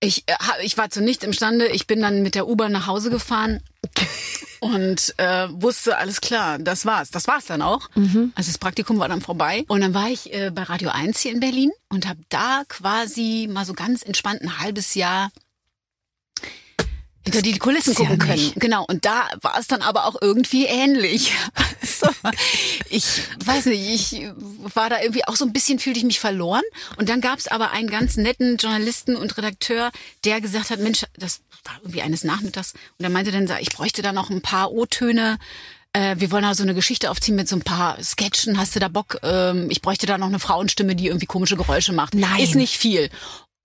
Ich, äh, ha- ich war zu nichts imstande. Ich bin dann mit der U-Bahn nach
(laughs)
Hause gefahren und äh, wusste, alles klar, das war's. Das war's dann auch.
Mhm.
Also das Praktikum war dann vorbei. Und dann war ich äh, bei Radio 1 hier in Berlin und habe da quasi mal so ganz entspannt ein halbes Jahr hinter die Kulissen
gibt's ja
gucken können.
nicht.
Genau. Und da war es dann aber auch irgendwie ähnlich. (laughs) Also, ich weiß nicht, ich war da irgendwie auch so ein bisschen, fühlte ich mich verloren. Und dann gab es aber einen ganz netten Journalisten und Redakteur, der gesagt hat, Mensch, das war irgendwie eines Nachmittags. Und er meinte dann, ich bräuchte da noch ein paar O-Töne. Äh, wir wollen da so eine Geschichte aufziehen mit so ein paar Sketchen. Hast du da Bock? Ähm, ich bräuchte da noch eine Frauenstimme, die irgendwie komische Geräusche macht.
Nein.
Ist nicht viel.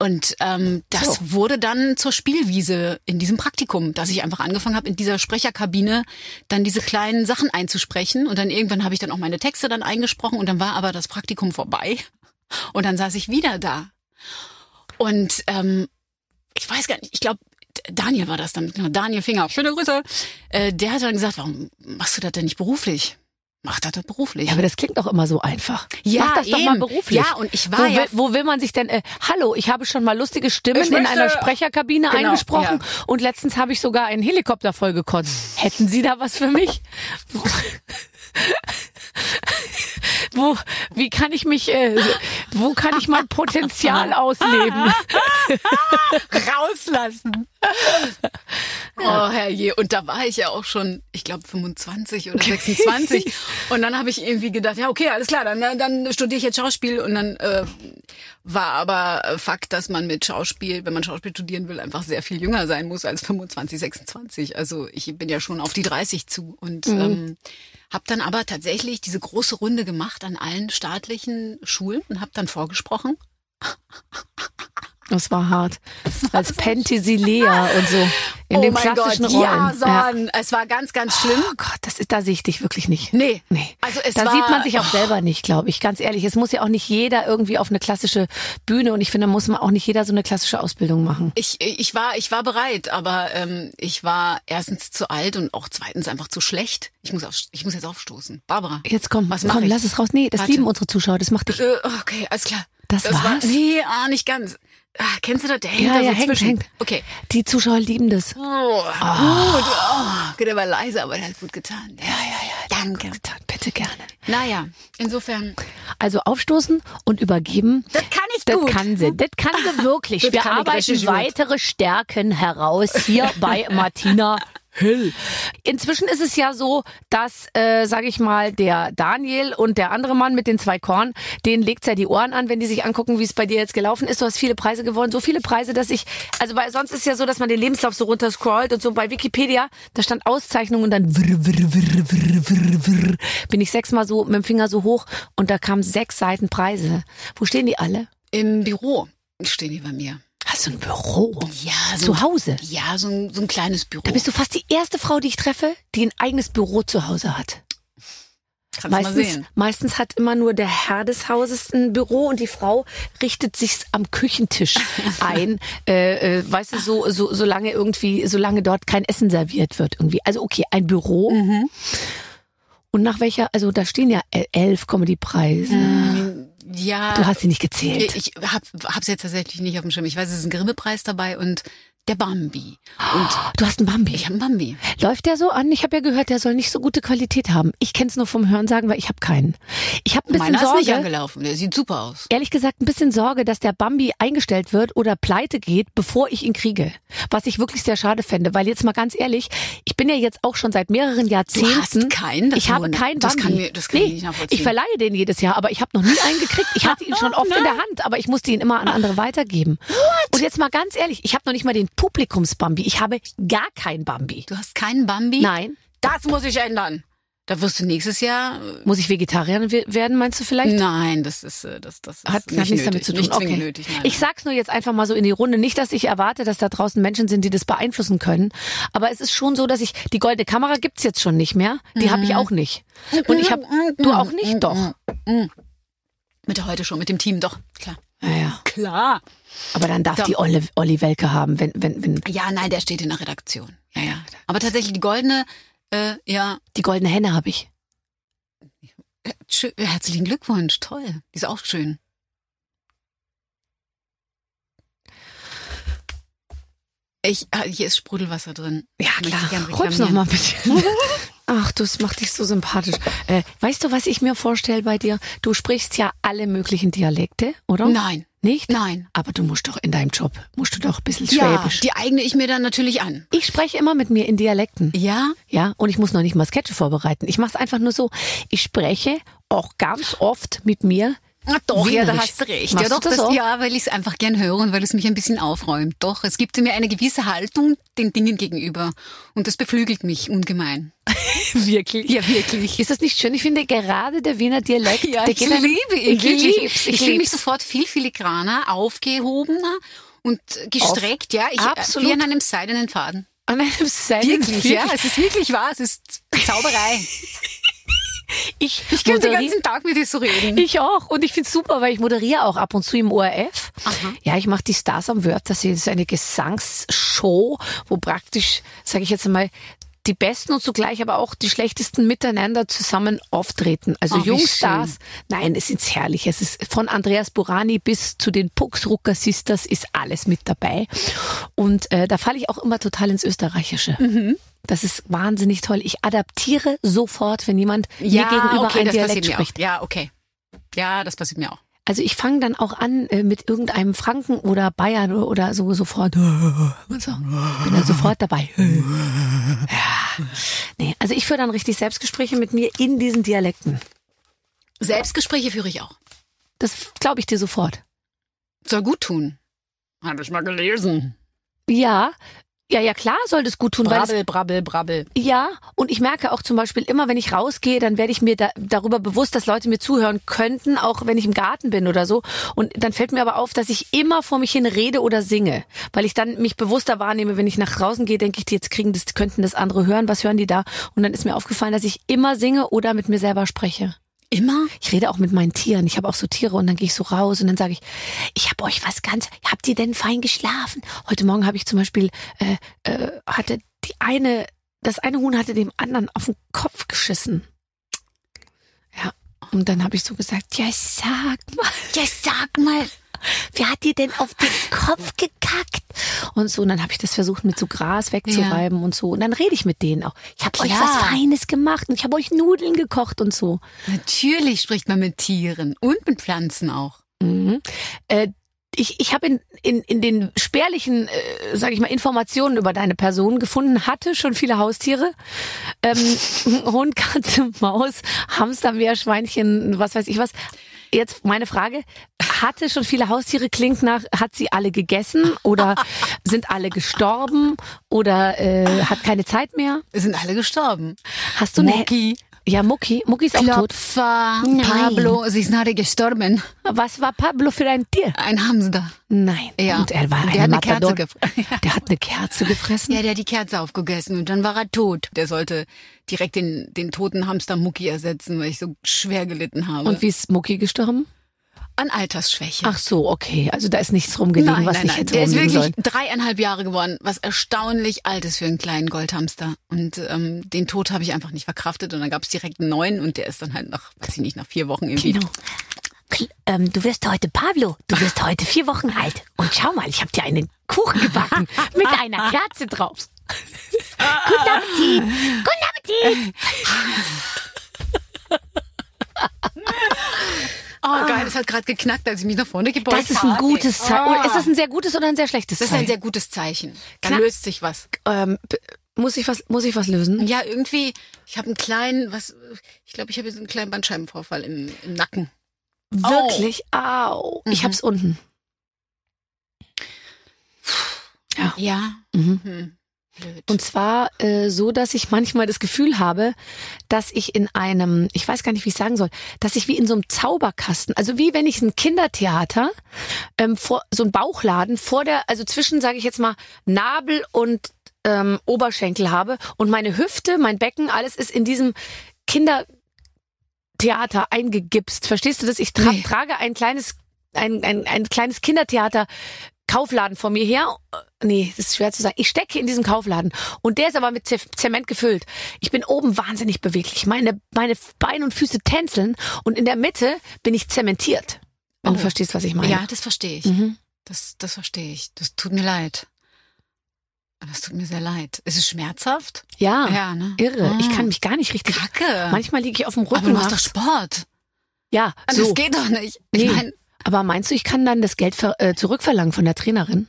Und ähm, das
Mhm. So.
wurde dann zur Spielwiese in diesem Praktikum, dass ich einfach angefangen habe, in dieser Sprecherkabine dann diese kleinen Sachen einzusprechen. Und dann irgendwann habe ich dann auch meine Texte dann eingesprochen und dann war aber das Praktikum vorbei. Und dann saß ich wieder da. Und ähm, ich weiß gar nicht, ich glaube, Daniel war das dann, genau, Daniel Finger, schöne Grüße. Äh, der hat dann gesagt, warum machst du das denn nicht beruflich? Mach das doch beruflich.
Ja, aber das klingt doch immer so einfach.
Ja,
Mach das doch mal
eben.
beruflich.
Ja, und ich war
wo
ja-
Will, wo will man sich denn... Äh, hallo, ich habe schon mal lustige Stimmen
Ich
in
möchte-
einer Sprecherkabine
Genau,
eingesprochen und letztens habe ich sogar einen Helikopter vollgekotzt. Hätten Sie da was für mich? Wo, wo, wie kann ich mich... Äh, wo kann ich mein Potenzial ausleben?
rauslassen. Oh herrje, und da war ich ja auch schon, ich glaube 25 oder 26 und dann habe ich irgendwie gedacht, ja okay, alles klar, dann, dann studiere ich jetzt Schauspiel und dann äh, war aber äh, Fakt, dass man mit Schauspiel, wenn man Schauspiel studieren will, einfach sehr viel jünger sein muss als 25, 26. Also ich bin ja schon auf die 30 zu und
Mhm.
ähm, habe dann aber tatsächlich diese große Runde gemacht an allen staatlichen Schulen und habe dann vorgesprochen
Das war hart. Als Penthesilea und so. In
oh
den
mein
klassischen
Gott, Ja,
Rollen.
Son, es war ganz, ganz schlimm.
Oh Gott, das ist, da sehe ich dich wirklich nicht.
Nee.
Nee.
Also es
da
war,
sieht man sich auch selber nicht, glaube ich. Ganz ehrlich, es muss ja auch nicht jeder irgendwie auf eine klassische Bühne und ich finde, muss man auch nicht jeder so eine klassische Ausbildung machen.
Ich, ich, war, ich war bereit, aber ähm, ich war erstens zu alt und auch zweitens einfach zu schlecht. Ich muss, auf, ich muss jetzt aufstoßen. Barbara.
Jetzt komm,
Was mach
komm,
ich?
lass es raus. Nee, das
Warte.
lieben unsere Zuschauer, das macht dich.
Äh, okay, alles klar.
Das
War,
war's?
nee, ah, nicht ganz. Ah, kennst du das? Der hängt
Ja,
da
ja,
so
hängt,
zwischen.
hängt.
Okay.
Die Zuschauer lieben das.
Oh, Gut. Oh, okay, der war leise, aber der hat gut getan. Ja, ja, ja. Danke.
Bitte gerne.
Naja, insofern.
Also aufstoßen und übergeben.
Das kann ich
Das
gut.
kann sie, das kann
(laughs)
sie wirklich.
Das
Wir
kann ich
arbeiten
richtig gut.
weitere Stärken heraus hier bei Martina Hill. Inzwischen ist es ja so, dass, äh, sage ich mal, der Daniel und der andere Mann mit den zwei Korn, denen legt's ja die Ohren an, wenn die sich angucken, wie es bei dir jetzt gelaufen ist. Du hast viele Preise gewonnen, so viele Preise, dass ich, also bei, sonst ist ja so, dass man den Lebenslauf so runterscrollt und so bei Wikipedia, da stand Auszeichnung und dann wirr, wirr, wirr, wirr, wirr, wirr, bin ich sechsmal so mit dem Finger so hoch und da kamen sechs Seiten Preise. Wo stehen die alle?
Im Büro stehen die bei mir.
Hast du ein Büro?
Ja,
Zu Hause?
Ja, so ein, so ein kleines Büro.
Da bist du fast die erste Frau, die ich treffe, die ein eigenes Büro zu Hause hat.
Kannst mal
Meistens,
sehen.
meistens hat immer nur der Herr des Hauses ein Büro und die Frau richtet sich's am
(laughs)
Küchentisch ein. äh, äh, weißt du, so, so, solange irgendwie, solange dort kein Essen serviert wird irgendwie. Also okay, ein Büro.
Mhm.
Und nach welcher, also da stehen ja el- elf Comedy-Preise.
Ja.
Ah. Du hast sie nicht gezählt.
Ich ich hab, hab's jetzt tatsächlich nicht auf dem Schirm. Ich weiß, es ist ein Grimme-Preis dabei und der Bambi. Und
Du hast Oh, ein Bambi.
ich habe einen Bambi.
Läuft der so an? Ich habe ja gehört, der soll nicht so gute Qualität haben. Ich kenne es nur vom Hören sagen, weil ich habe keinen. Ich habe ein bisschen
Meiner
Sorge.
ist nicht angelaufen. Der sieht super aus.
Ehrlich gesagt, ein bisschen Sorge, dass der Bambi eingestellt wird oder pleite geht, bevor ich ihn kriege. Was ich wirklich sehr schade fände, weil jetzt mal ganz ehrlich, ich bin ja jetzt auch schon seit mehreren Jahrzehnten.
hast keinen? Das
ich habe
wundert-
keinen Bambi.
das kann mir- das kann ich
nee,
nicht nachvollziehen.
Ich verleihe den jedes Jahr, aber ich habe noch nie einen gekriegt. Ich hatte ihn schon oft in der Hand, aber ich musste ihn immer an andere weitergeben. Und jetzt mal ganz ehrlich, ich habe noch nicht mal den Publikums-Bambi. Ich habe gar keinen Bambi.
Du hast keinen Bambi?
Nein.
Das muss ich ändern. Da wirst du nächstes Jahr.
Muss ich Vegetarierin we- werden, meinst du vielleicht?
Nein, das ist äh, das, das ist
Hat,
nicht
hat nichts damit
nötig.
zu tun.
Nicht zwingend
okay.
nötig, nein.
ich sag's nur jetzt einfach mal so in die Runde. Nicht, dass ich erwarte, dass da draußen Menschen sind, die das beeinflussen können. Aber es ist schon so, dass ich die goldene Kamera gibt's jetzt schon nicht mehr. Die habe ich auch nicht. Und ich habe du auch nicht, doch.
Mm, mit der heute schon, mit dem Team, doch. Klar.
Naja,
Klar.
aber dann darf
Doch.
die Olle, Olli Welke haben, wenn wenn wenn
Ja, nein, der steht in der Redaktion. Ja, ja. Aber tatsächlich die goldene, äh, ja,
die goldene Henne habe ich.
Schö- Herzlichen Glückwunsch, toll. Die ist auch schön. Ich, ah, hier ist Sprudelwasser drin.
Ja,
Möchte ich gern
klar. Rülps noch
reklamieren.
mal ein bisschen. (laughs) Ach, du, das macht dich so sympathisch. Äh, weißt du, was ich mir vorstelle bei dir? Du sprichst ja alle möglichen Dialekte, oder?
Nein,
Nicht?
nein.
Aber du musst doch in deinem Job, musst du doch ein bisschen
Ja,
schwäbisch.
die eigne ich mir dann natürlich an.
Ich spreche immer mit mir in Dialekten.
Ja,
Ja, und ich muss noch nicht mal Sketche vorbereiten. Ich mache es einfach nur so. Ich spreche auch ganz oft mit mir.
Ah, doch, ja, da
Wienerisch.
hast du recht.
Machst
ja, doch,
du das auch?
ja, weil ich es einfach gern höre und weil es mich ein bisschen aufräumt. Doch, es gibt mir eine gewisse Haltung den Dingen gegenüber. Und das beflügelt mich ungemein.
Wirklich?
Ja, wirklich.
Ist das nicht schön? Ich finde gerade der Wiener Dialekt,
(laughs) Ja,
der
ich
geht einem-
liebe ihn.
Ich
halt wirklich.
lieb's,
ich
ich
fühle mich
lieb's.
sofort viel filigraner, aufgehobener und gestreckt. ja, ich
absolut.
wie an einem seidenen Faden.
An einem Seil.
Wirklich, ja, es ist wirklich wahr. Es ist (laughs) Zauberei.
Ich,
Ich könnte den
moderiere-
ganzen Tag mit dir so reden.
Ich auch. Und ich find's super, weil ich moderiere auch ab und zu im ORF. Ja, ich mache die Stars am Wörter. Das ist eine Gesangsshow, wo praktisch, sage ich jetzt einmal, die Besten und zugleich aber auch die Schlechtesten miteinander zusammen auftreten. Also
Ach, wie
Jungstars. Nein, es ist herrlich. Es ist von Andreas Burani bis zu den Pucksrucker Sisters ist alles mit dabei. Und äh, da falle ich auch immer total ins Österreichische.
Mhm.
Das ist wahnsinnig toll. Ich adaptiere sofort, wenn jemand mir gegenüber
okay,
einen
das
Dialekt
passiert mir
spricht.
auch. Ja, okay. Ja, das passiert mir auch.
Also ich fange dann auch an äh, mit irgendeinem Franken oder Bayern oder, oder so sofort. äh, Und so. Bin dann sofort dabei. (laughs) Ja. Nee, also ich führe dann richtig Selbstgespräche mit mir in diesen Dialekten.
Selbstgespräche führe ich auch.
Das glaube ich dir sofort.
Soll gut tun. Habe ich mal gelesen.
Ja, ja, ja, klar soll das gut tun, weil es
Brabbel, brabbel, brabbel.
Ja, und ich merke auch zum Beispiel immer, wenn ich rausgehe, dann werde ich mir da, darüber bewusst, dass Leute mir zuhören könnten, auch wenn ich im Garten bin oder so. Und dann fällt mir aber auf, dass ich immer vor mich hin rede oder singe, weil ich dann mich bewusster wahrnehme, wenn ich nach draußen gehe, denke ich, die jetzt kriegen das, könnten das andere hören, was hören die da? Und dann ist mir aufgefallen, dass ich immer singe oder mit mir selber spreche.
Immer?
Ich rede auch mit meinen Tieren. Ich habe auch so Tiere und dann gehe ich so raus und dann sage ich, ich habe euch was ganz, habt ihr denn fein geschlafen? Heute Morgen habe ich zum Beispiel, äh, äh, hatte die eine, das eine Huhn hatte dem anderen auf den Kopf geschissen. Ja. Und dann habe ich so gesagt, ja sag mal, (laughs)
Ja, sag mal.
wer hat dir denn auf den Kopf gekackt? Und so, und dann habe ich das versucht, mit so Gras wegzureiben und so. Und dann rede ich mit denen auch. Ich habe euch
Klar.
was Feines gemacht und ich habe euch Nudeln gekocht und so.
Natürlich spricht man mit Tieren und mit Pflanzen auch.
Mhm. Äh, ich ich habe in, in, in den spärlichen, äh, sage ich mal, Informationen über deine Person gefunden, hatte schon viele Haustiere. Ähm, (laughs) Hund, Katze, Maus, Hamster, Meerschweinchen, was weiß ich was. Jetzt meine Frage, hatte schon viele Haustiere, klingt nach, hat sie alle gegessen oder sind alle gestorben oder äh, hat keine Zeit mehr?
Wir sind alle gestorben.
Hast du
Mucki.
eine... Ja, Mucki. Mucki ist auch tot.
Klopfer,
Nein.
Pablo, sie sind alle gestorben.
Was war Pablo für ein Tier?
Ein Hamster.
Nein.
Ja.
Und er war
Der
ein
hat eine
Matador.
Kerze gefressen.
(laughs) Der hat eine Kerze gefressen.
Ja, der hat die Kerze aufgegessen und dann war er tot. Der sollte direkt den, den toten Hamster Mucki ersetzen, weil ich so schwer gelitten habe.
Und wie ist Mucki gestorben?
An Altersschwäche.
Ach so, okay. Also da ist nichts rumgelegen,
nein,
was
nein,
nicht
nein.
hätte
Der ist
rumliegen
wirklich
sollen.
dreieinhalb Jahre geworden, was erstaunlich alt ist für einen kleinen Goldhamster. Und ähm, den Tod habe ich einfach nicht verkraftet und dann gab es direkt einen neuen und der ist dann halt nach, weiß ich nicht, nach vier Wochen irgendwie.
Kino. Kl- Ähm, du wirst heute Pablo, du wirst heute vier Wochen alt. Und schau mal, ich habe dir einen Kuchen gebacken mit einer Kerze
(laughs)
drauf. Guten Appetit! Guten Appetit!
Oh geil, das hat gerade geknackt, als ich mich nach vorne gebeugt habe.
Das ist ein gutes Zeichen. Oder Ist das ein sehr gutes oder ein sehr schlechtes
Das ist ein
Zeichen?
sehr gutes Zeichen. Da
Klar.
löst sich was.
ähm, b- muss ich was, muss ich was lösen?
Ja, irgendwie, ich habe einen kleinen, was, ich glaube, ich habe jetzt einen kleinen Bandscheibenvorfall im, im Nacken. Au.
Wirklich? Au. Oh. Ich hab's unten. Ja.
Ja.
Mhm.
Hm. Blöd.
Und zwar äh, so, dass ich manchmal das Gefühl habe, dass ich in einem, ich weiß gar nicht, wie ich sagen soll, dass ich wie in so einem Zauberkasten, also wie wenn ich ein Kindertheater, ähm, vor, so ein Bauchladen vor der, also zwischen, sage ich jetzt mal, Nabel und ähm, Oberschenkel habe und meine Hüfte, mein Becken, alles ist in diesem Kindertheater eingegipst. Verstehst du das? Ich tra
Nee.
trage ein kleines, ein, ein, ein kleines Kindertheater Kaufladen vor mir her. Nee, das ist schwer zu sagen. Ich stecke in diesem Kaufladen und der ist aber mit Ze- Zement gefüllt. Ich bin oben wahnsinnig beweglich. Meine, meine Beine und Füße tänzeln und in der Mitte bin ich zementiert. Wenn
Oh.
du verstehst, was ich meine.
ja, das verstehe ich.
Mhm.
Das, das verstehe ich. Das tut mir leid. Das tut mir sehr leid. Ist es schmerzhaft?
Ja,
Ja, ne?
Ah, irre. Ich
Ah.
kann mich gar nicht richtig.
Kacke.
Manchmal liege ich auf dem
aber du
Rücken.
machst doch
nachts.
Sport.
ja,
Also
so.
Das geht doch nicht. Ich
Nee.
meine,
Aber meinst du, ich kann dann das Geld ver äh, zurückverlangen von der Trainerin?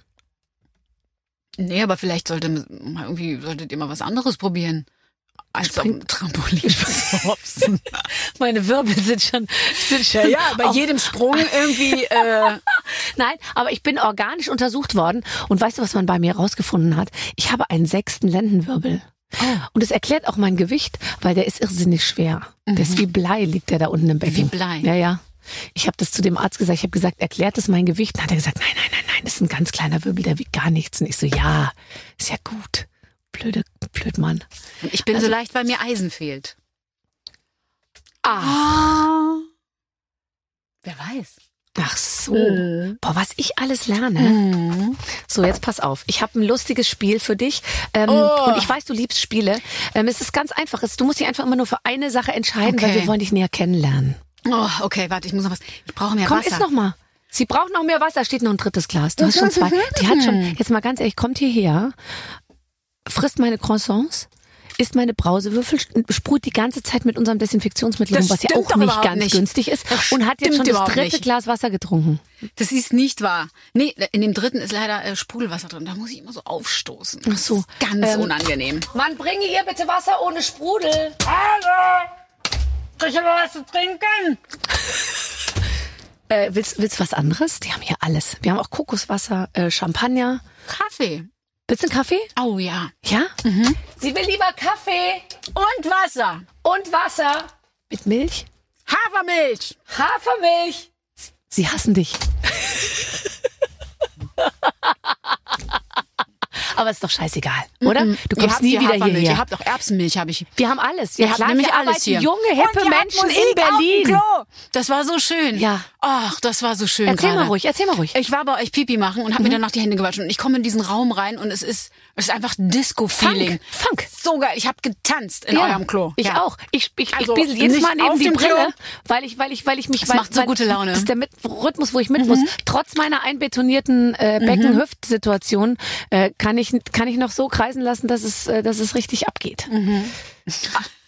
nee, aber vielleicht sollte mal irgendwie solltet ihr mal was anderes probieren. Als
Spring-
auf
(laughs)
dem Trampolin zu hopsen.
Meine Wirbel sind schon, sind schon auf-
jedem Sprung irgendwie. Äh,
Nein, aber ich bin organisch untersucht worden und weißt du, was man bei mir rausgefunden hat? Ich habe einen sechsten Lendenwirbel.
Oh.
Und das erklärt auch mein Gewicht, weil der ist irrsinnig schwer. Der ist wie Blei, liegt der da unten im Becken.
Mhm. Wie Blei.
Ja, ja. Ich habe das zu dem Arzt gesagt. Ich habe gesagt, erklärt das mein Gewicht? Dann hat er gesagt, nein, nein, nein, nein, das ist ein ganz kleiner Wirbel, der wiegt gar nichts. Und ich so, ja, ist ja gut. Blöde, blöd Mann.
ich bin
Also-
so leicht, weil mir Eisen fehlt.
Ah.
Wer weiß.
Ach so.
Mhm.
Boah, was ich alles lerne.
Mhm.
So, jetzt pass auf. Ich habe ein lustiges Spiel für dich. Ähm,
Oh.
Und ich weiß, du liebst Spiele. Ähm, es ist ganz einfach. Es- Du musst dich einfach immer nur für eine Sache entscheiden, weil
Okay.
wir wollen dich näher kennenlernen.
Oh, okay, warte, ich muss noch was. Ich brauche mehr
Komm,
Wasser.
isst noch mal. Sie braucht noch mehr Wasser. Steht noch ein drittes Glas. Du hast schon zwei. Die hat schon, jetzt mal ganz ehrlich, kommt hierher, frisst meine Croissants, isst meine Brausewürfel, st- sprüht die ganze Zeit mit unserem Desinfektionsmittel rum,
Das
was ja
stimmt
auch
doch
nicht
überhaupt
ganz
nicht.
günstig ist.
Das
und hat jetzt
stimmt
schon das
überhaupt
dritte
nicht.
Glas Wasser getrunken.
Das ist nicht wahr. Nee, in dem dritten ist leider äh, Sprudelwasser drin. Da muss ich immer so aufstoßen. Ach
so.
Ganz
Ähm,
unangenehm.
Mann, bringe ihr bitte Wasser ohne Sprudel.
Hallo! Ich habe was zu trinken.
Äh, willst, willst du was anderes? Die haben hier alles. Wir haben auch Kokoswasser, äh, Champagner.
Kaffee.
Willst du einen Kaffee?
Oh ja.
Ja? Sie will lieber Kaffee
Und Wasser.
und Wasser. Mit Milch?
Hafermilch.
Hafermilch. Sie hassen dich. Aber ist doch scheißegal, oder? Du
Mhm. Ihr
kommst
habt
nie
hier
wieder
Hafermilch. Ihr
hierher.
habt auch Erbsenmilch, habe ich.
Wir haben alles. Ja,
Ihr habt
klar,
nämlich
hier
alles
arbeiten
hier.
junge, hippe
Und ihr habt
halt
Menschen
Musik
in
auf dem
Berlin.
Klo. Das war so schön.
Ja.
Ach, das war so schön.
Erzähl mal
gerade.
ruhig, erzähl mal ruhig. Mhm.
Ich war bei euch Pipi machen und habe mir danach die Hände gewaschen. Und ich komme in diesen Raum rein und es ist, es ist einfach Disco-Feeling.
Funk, Funk.
So geil. Ich habe getanzt in eurem Klo.
Ich
Ja.
auch. Ich, ich,
Also,
ich biesel jedes
nicht
Mal neben
auf
die
dem Klo.
Brille, weil ich, weil ich, weil ich mich.
Das
weil,
macht so
weil,
gute Laune. Mhm.
Das ist der mit Rhythmus, wo ich mit muss. Trotz meiner einbetonierten äh, Becken-Hüft-Situation äh, kann ich kann ich noch so kreisen lassen, dass es äh, dass es richtig abgeht.
Mhm.
(laughs)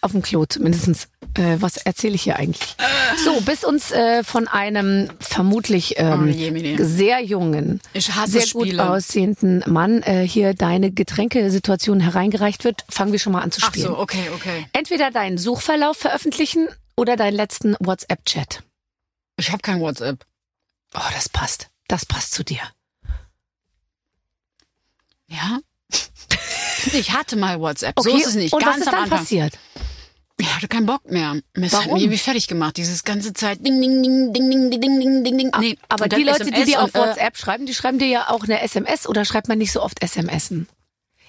Auf dem Klo zumindestens. Äh, was erzähle ich hier eigentlich? So, bis uns äh, von einem vermutlich
Oh,
ähm,
je, meine.
sehr jungen,
Ich hasse
sehr gut
Spiele.
aussehenden Mann äh, hier deine Getränkesituation hereingereicht wird, fangen wir schon mal an zu
Ach
spielen.
so, okay, okay.
Entweder deinen Suchverlauf veröffentlichen oder deinen letzten WhatsApp-Chat.
Ich habe kein WhatsApp.
Oh, das passt. Das passt zu dir. (laughs)
Ja? Ich hatte mal WhatsApp. So ist es nicht.
Und
Ganz
was ist
am
dann
Anfang.
passiert?
Ich hatte keinen Bock mehr. Es hat
Warum?
mich irgendwie fertig gemacht. Dieses ganze Zeit. Ding, ding, ding, ding, ding, ding, ding, ding, ding, ding. Nee.
Ah, Aber
Und
die
dann
Leute, die
SMS
dir auf
und, äh,
WhatsApp schreiben, die schreiben dir ja auch eine SMS oder schreibt man nicht so oft SMSen.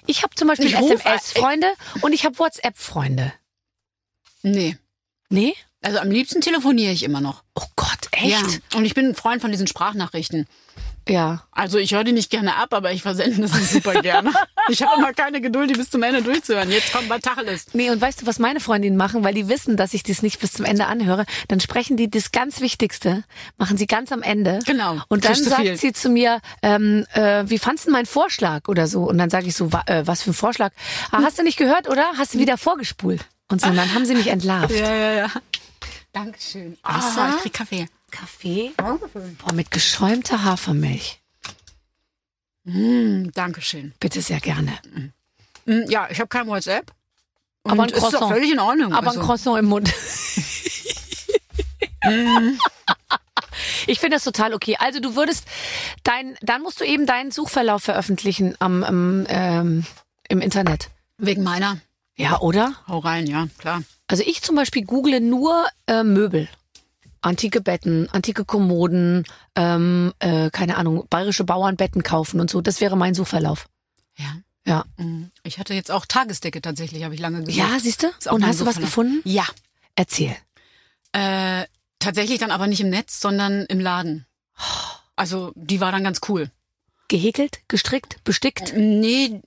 Ich habe zum Beispiel
Ich ruf äh, an-
SMS-Freunde und ich habe WhatsApp-Freunde.
Nee.
Nee?
Also am liebsten telefoniere ich immer noch.
Oh Gott, echt?
Ja. Und ich bin ein Freund von diesen Sprachnachrichten.
Ja.
Also ich höre die nicht gerne ab, aber ich versende sie
(laughs)
super gerne. Ich habe immer keine Geduld, die bis zum Ende durchzuhören. Jetzt kommt mal Tacheles.
Nee, und weißt du, was meine Freundinnen machen, weil die wissen, dass ich dies nicht bis zum Ende anhöre, dann sprechen die das ganz Wichtigste, machen sie ganz am Ende.
Genau,
Und dann
kriegst du
sagt
viel.
sie zu mir, ähm, äh, wie fandst du meinen Vorschlag oder so? Und dann sage ich so, wa- äh, was für ein Vorschlag? Ah, hast du nicht gehört, oder? Hast du wieder vorgespult? Und so, und dann haben sie mich entlarvt.
Ja, ja, ja. Dankeschön. Wasser,
Ah.
ich krieg Kaffee.
Kaffee? Boah, mit geschäumter Hafermilch.
Mm, Dankeschön.
Bitte sehr gerne.
Mm, ja, ich habe kein WhatsApp. Und
Aber ein
ist doch
Croissant.
völlig in Ordnung.
Aber
Also,
ein Croissant im
(laughs)
Mund. Ich finde das total okay. Also du würdest dein, dann musst du eben deinen Suchverlauf veröffentlichen am, am ähm, im Internet.
Wegen meiner.
Ja, oder?
Hau rein, ja, klar.
Also ich zum Beispiel google nur äh, Möbel. Antike Betten, antike Kommoden, ähm, äh, keine Ahnung, bayerische Bauernbetten kaufen und so. Das wäre mein Suchverlauf.
Ja.
Ja.
Mm. Ich hatte jetzt auch Tagesdecke tatsächlich, habe ich lange gesucht.
Ja, siehst
Ist
du?
auch
Und
mein
hast du was
Suchverlauf.
gefunden?
Ja.
Erzähl.
Äh, tatsächlich dann aber nicht im Netz, sondern im Laden. Also die war dann ganz cool.
Gehäkelt, gestrickt,
Äh,
bestickt.
Nee,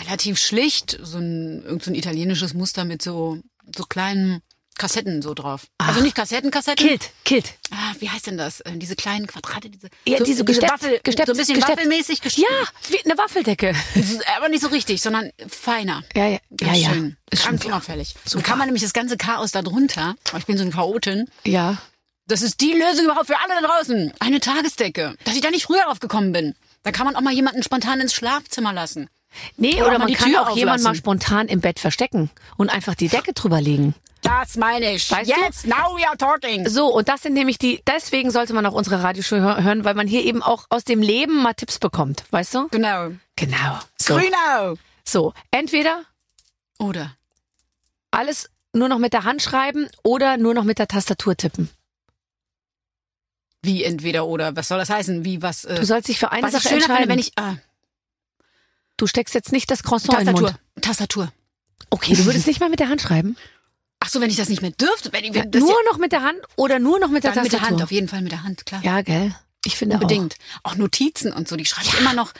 relativ schlicht. So ein, irgend so ein italienisches Muster mit so, so kleinen Kassetten so drauf. also nicht Kassetten, Kassetten.
Kilt, kilt.
Ah, wie heißt denn das? Ähm, Diese kleinen Quadrate, diese,
Ja,
so,
diese
diese
gesteppt,
Waffel,
gesteppt,
so ein bisschen
gesteppt.
waffelmäßig
Ja,
gesteppt.
wie eine Waffeldecke.
aber nicht so richtig, sondern feiner.
Ja, ja, ja, ja.
Schön.
Ist schon
Ganz genau.
klar.
unauffällig. So kann man nämlich das ganze Chaos da drunter, oh, ich bin so ein Chaotin,
Ja.
das ist die Lösung überhaupt für alle da draußen. Eine Tagesdecke. Dass ich da nicht früher drauf gekommen bin. Da kann man auch mal jemanden spontan ins Schlafzimmer lassen.
Nee,
Oder
oder
mal
man
die
kann
Tür
auch jemand
auflassen.
mal spontan im Bett verstecken und einfach die Decke drüber legen.
Das meine ich.
Weißt du? Also,
Jetzt, now we are talking.
So, und das sind nämlich die, deswegen sollte man auch unsere Radioshow hö- hören, weil man hier eben auch aus dem Leben mal Tipps bekommt, weißt du?
Genau.
Genau. So,
Grünau.
so. entweder
Oder?
alles nur noch mit der Hand schreiben oder nur noch mit der Tastatur tippen.
Wie entweder oder. Was soll das heißen? Wie, was? Äh,
Du sollst dich für eine
was ich
Sache
schöner
entscheiden.
finde, wenn ich... Ah,
du steckst jetzt nicht das Croissant in den
Tastatur.
Mund.
Tastatur.
Okay, du
(laughs)
würdest nicht mal mit der Hand schreiben?
Ach so, wenn ich das nicht mehr dürfte. Wenn ich, wenn das
Äh, Nur noch mit der Hand oder nur noch mit der
dann mit
Tastatur?
der Hand, auf jeden Fall mit der Hand, klar.
Ja, gell? Ich finde auch.
Unbedingt. Auch. Notizen und so, die schreibe ich immer noch,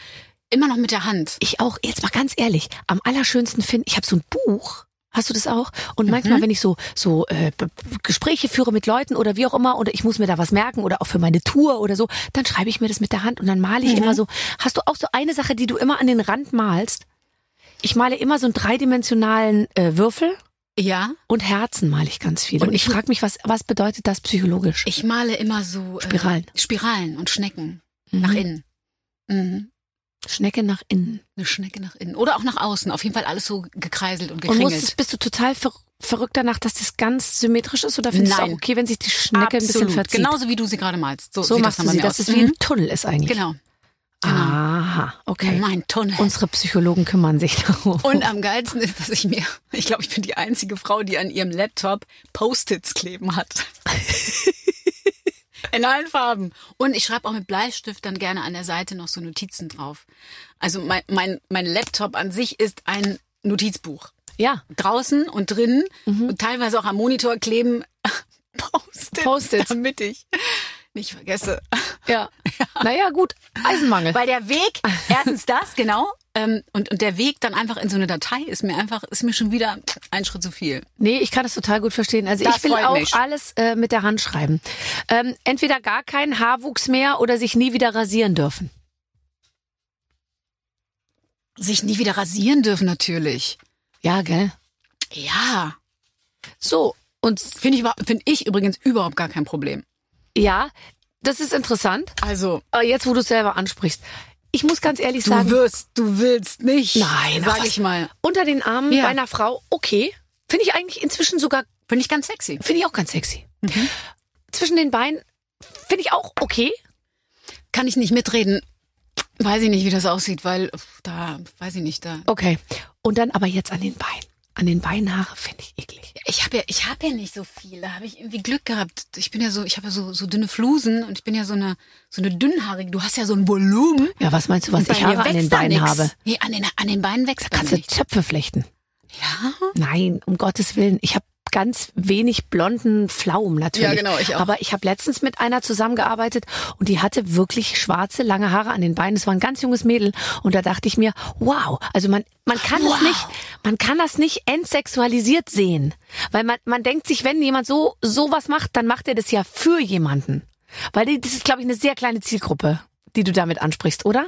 immer noch mit der Hand.
ich auch, jetzt mal ganz ehrlich, am allerschönsten finde ich, habe so ein Buch. Hast du das auch? Und
Mhm.
manchmal, wenn ich so, so äh, B- B- Gespräche führe mit Leuten oder wie auch immer, oder ich muss mir da was merken oder auch für meine Tour oder so, dann schreibe ich mir das mit der Hand und dann male ich
Mhm.
immer so. Hast du auch so eine Sache, die du immer an den Rand malst? Ich male immer so einen dreidimensionalen äh, Würfel
Ja,
und Herzen male ich ganz viel.
Und
Und ich
ich-
frage mich, was, was bedeutet das psychologisch?
ich male immer so
Spiralen.
Äh, Spiralen und Schnecken
Mhm.
nach innen. Mhm.
Schnecke nach innen.
Eine Schnecke nach innen. Oder auch nach außen. Auf jeden Fall alles so gekreiselt und
Und musst,
gekringelt.
bist du total ver verrückt danach, dass das ganz symmetrisch ist oder findest du
Nein.
es auch okay, wenn sich die Schnecke ein bisschen verzieht?
Genauso Genau wie du sie gerade malst. So,
so
sieht
machst
das
du
dann
sie,
bei mir
dass
aus.
es wie ein
Mhm.
Tunnel ist eigentlich.
Genau. genau.
Aha, okay.
Mein Tunnel.
Unsere Psychologen kümmern sich (laughs) darum.
Und am geilsten ist, dass ich mir, (laughs) ich glaube, ich bin die einzige Frau, die an ihrem Laptop Post-its kleben hat.
(laughs)
In allen Farben. Und ich schreibe auch mit Bleistift dann gerne an der Seite noch so Notizen drauf. Also mein, mein, mein Laptop an sich ist ein Notizbuch.
ja,
Draußen und drinnen und teilweise auch am Monitor (laughs) kleben Post-its,
Post-its.
damit ich nicht vergesse.
(laughs) ja. Naja, gut. Eisenmangel.
(laughs) Weil der Weg, erstens das, genau, ähm, und, und der Weg dann einfach in so eine Datei ist mir einfach, ist mir schon wieder ein Schritt zu viel.
Nee, ich kann das total gut verstehen. Also
Das
ich will
freut
auch
mich.
alles äh, mit der Hand schreiben. Ähm, entweder gar keinen Haarwuchs mehr oder sich nie wieder rasieren dürfen.
Sich nie wieder rasieren dürfen, natürlich.
Ja, gell?
Ja.
So, und
Finde ich, über- find ich übrigens überhaupt gar kein Problem.
ja, das ist interessant.
Also,
Aber Äh, jetzt, wo du es selber ansprichst. Ich muss ganz ehrlich
du
sagen,
wirst, du willst nicht.
Nein, ach
sag
was.
ich mal.
unter den Armen
Ja.
bei einer Frau, okay. Finde ich eigentlich inzwischen sogar
Finde ich ganz sexy.
Finde ich auch ganz sexy. Zwischen den Beinen finde ich auch okay.
Kann ich nicht mitreden. Weiß ich nicht, wie das aussieht, weil pff, da, weiß ich nicht, da.
Okay. Und dann aber jetzt an den Beinen. An den Beinhaare finde ich eklig.
Ich habe ja, ich habe ja nicht so viel. Da habe ich irgendwie Glück gehabt. Ich bin ja so, ich habe ja so, so dünne Flusen und ich bin ja so eine, so eine dünnhaarige. Du hast ja so ein Volumen.
Ja, was meinst du, was
Und bei
ich
mir
Haare an
wächst
den
da
Beinen
nix.
habe?
Nee, an den, an den Beinen wächst da
Kannst du
nichts.
Zöpfe flechten?
Ja.
Nein, um Gottes Willen. Ich habe ganz wenig blonden Pflaumen natürlich.
Ja, genau, ich auch.
Aber ich habe letztens mit einer zusammengearbeitet und die hatte wirklich schwarze, lange Haare an den Beinen. Es war ein ganz junges Mädel und da dachte ich mir, wow, also man, man kann
Wow.
es nicht, man kann das nicht entsexualisiert sehen. Weil man, man denkt sich, wenn jemand so, sowas macht, dann macht er das ja für jemanden. Weil die- das ist, glaube ich, eine sehr kleine Zielgruppe, die du damit ansprichst, oder?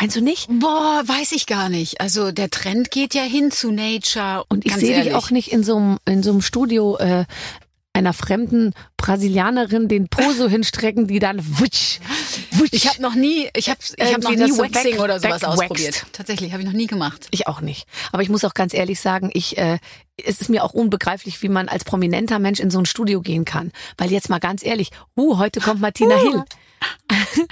Meinst du nicht?
Boah, weiß ich gar nicht. Also der Trend geht ja hin zu Nature.
Und ich
Ganz
sehe dich
ehrlich.
auch nicht in so einem in so einem Studio äh, einer fremden Brasilianerin den Po so hinstrecken, die dann wutsch, wutsch.
Ich habe noch nie, ich habe, ich habe noch
Irgendwie
nie
das so
Waxing
weg-
oder sowas
wegwaxt.
ausprobiert. Tatsächlich habe ich noch nie gemacht.
ich auch nicht. Aber ich muss auch ganz ehrlich sagen, ich äh, es ist mir auch unbegreiflich, wie man als prominenter Mensch in so ein Studio gehen kann. Weil jetzt mal ganz ehrlich, uh, heute kommt Martina Hill. (laughs)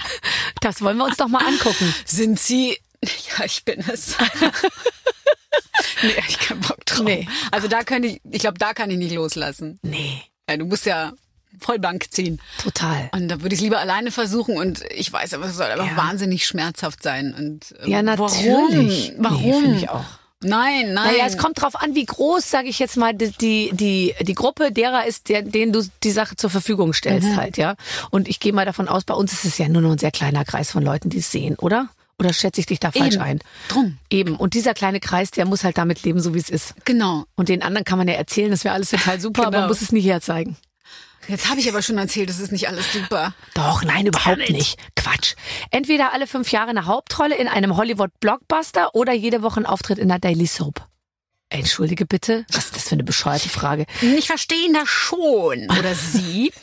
das wollen wir uns doch mal angucken.
Sind Sie? (laughs) Ja, ich bin es.
(laughs)
nee, hab ich keinen Bock drauf.
Nee.
Also da könnte ich, ich glaube, da kann ich nicht loslassen.
Nee,
Ja, du musst ja voll blank ziehen.
total.
Und da würde ich lieber alleine versuchen und ich weiß, aber es soll einfach
Ja.
wahnsinnig schmerzhaft sein. Und ähm,
Ja, natürlich.
Warum? Warum?
Nee, finde ich auch.
Nein, nein.
Naja, es kommt drauf an, wie groß, sage ich jetzt mal, die, die, die, die Gruppe derer ist, der, denen du die Sache zur Verfügung
Mhm.
stellst halt, ja. Und ich gehe mal davon aus, bei uns ist es ja nur noch ein sehr kleiner Kreis von Leuten, die es sehen, oder? Oder schätze ich dich da falsch
Eben.
ein?
Drum.
Eben. Und dieser kleine Kreis, der muss halt damit leben, so wie es ist.
Genau.
Und den anderen kann man ja erzählen, das wäre alles total super, aber man
Genau.
muss es nie herzeigen.
Jetzt habe ich aber schon erzählt, es ist nicht alles super.
Doch, nein, überhaupt nicht. Quatsch. Entweder alle fünf Jahre eine Hauptrolle in einem Hollywood-Blockbuster oder jede Woche ein Auftritt in der Daily Soap. Entschuldige bitte, was ist das für eine bescheuerte Frage?
Ich verstehe ihn da schon
(laughs)
oder sie,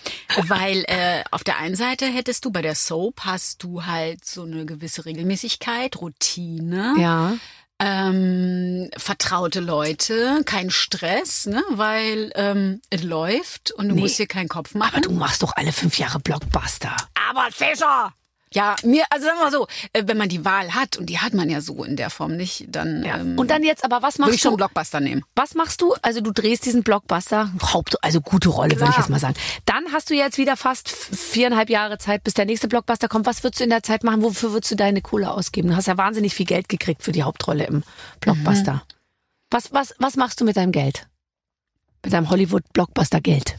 weil äh, auf der einen Seite hättest du bei der Soap hast du halt so eine gewisse Regelmäßigkeit, Routine,
Ja,
ähm, vertraute Leute, kein Stress, ne, weil ähm, es läuft und du
Nee.
musst dir keinen Kopf
aber
machen.
du machst doch alle fünf Jahre Blockbuster.
Ah,
Aber Fischer!
ja, mir also sagen wir mal so, äh, wenn man die Wahl hat und die hat man ja so in der Form nicht, dann
Ja.
ähm,
Und dann jetzt aber, was
würde ich
machst
schon einen
du?
Blockbuster nehmen.
Was machst du? Also du drehst diesen Blockbuster, Haupt, also gute Rolle, würde ich jetzt mal sagen. Dann hast du jetzt wieder fast viereinhalb Jahre Zeit, bis der nächste Blockbuster kommt. Was würdest du in der Zeit machen? Wofür würdest du deine Kohle ausgeben? Du hast ja wahnsinnig viel Geld gekriegt für die Hauptrolle im Blockbuster.
Mhm.
Was, was, was machst du mit deinem Geld? Mit deinem Hollywood-Blockbuster-Geld?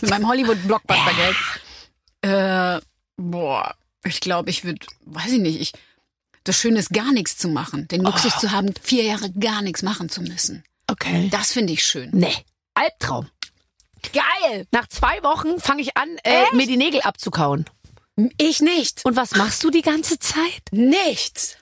Mit
(laughs)
meinem Hollywood-Blockbuster-Geld. Äh, boah, ich glaube, ich würde, weiß ich nicht, ich, das Schöne ist, gar nichts zu machen. Den Luxus
Oh.
zu haben, vier Jahre gar nichts machen zu müssen.
Okay.
Das finde ich schön.
Nee. Albtraum. Geil! Nach zwei Wochen fange ich an, äh, mir die Nägel abzukauen.
Ich nicht.
Und was machst du die ganze Zeit?
Nichts.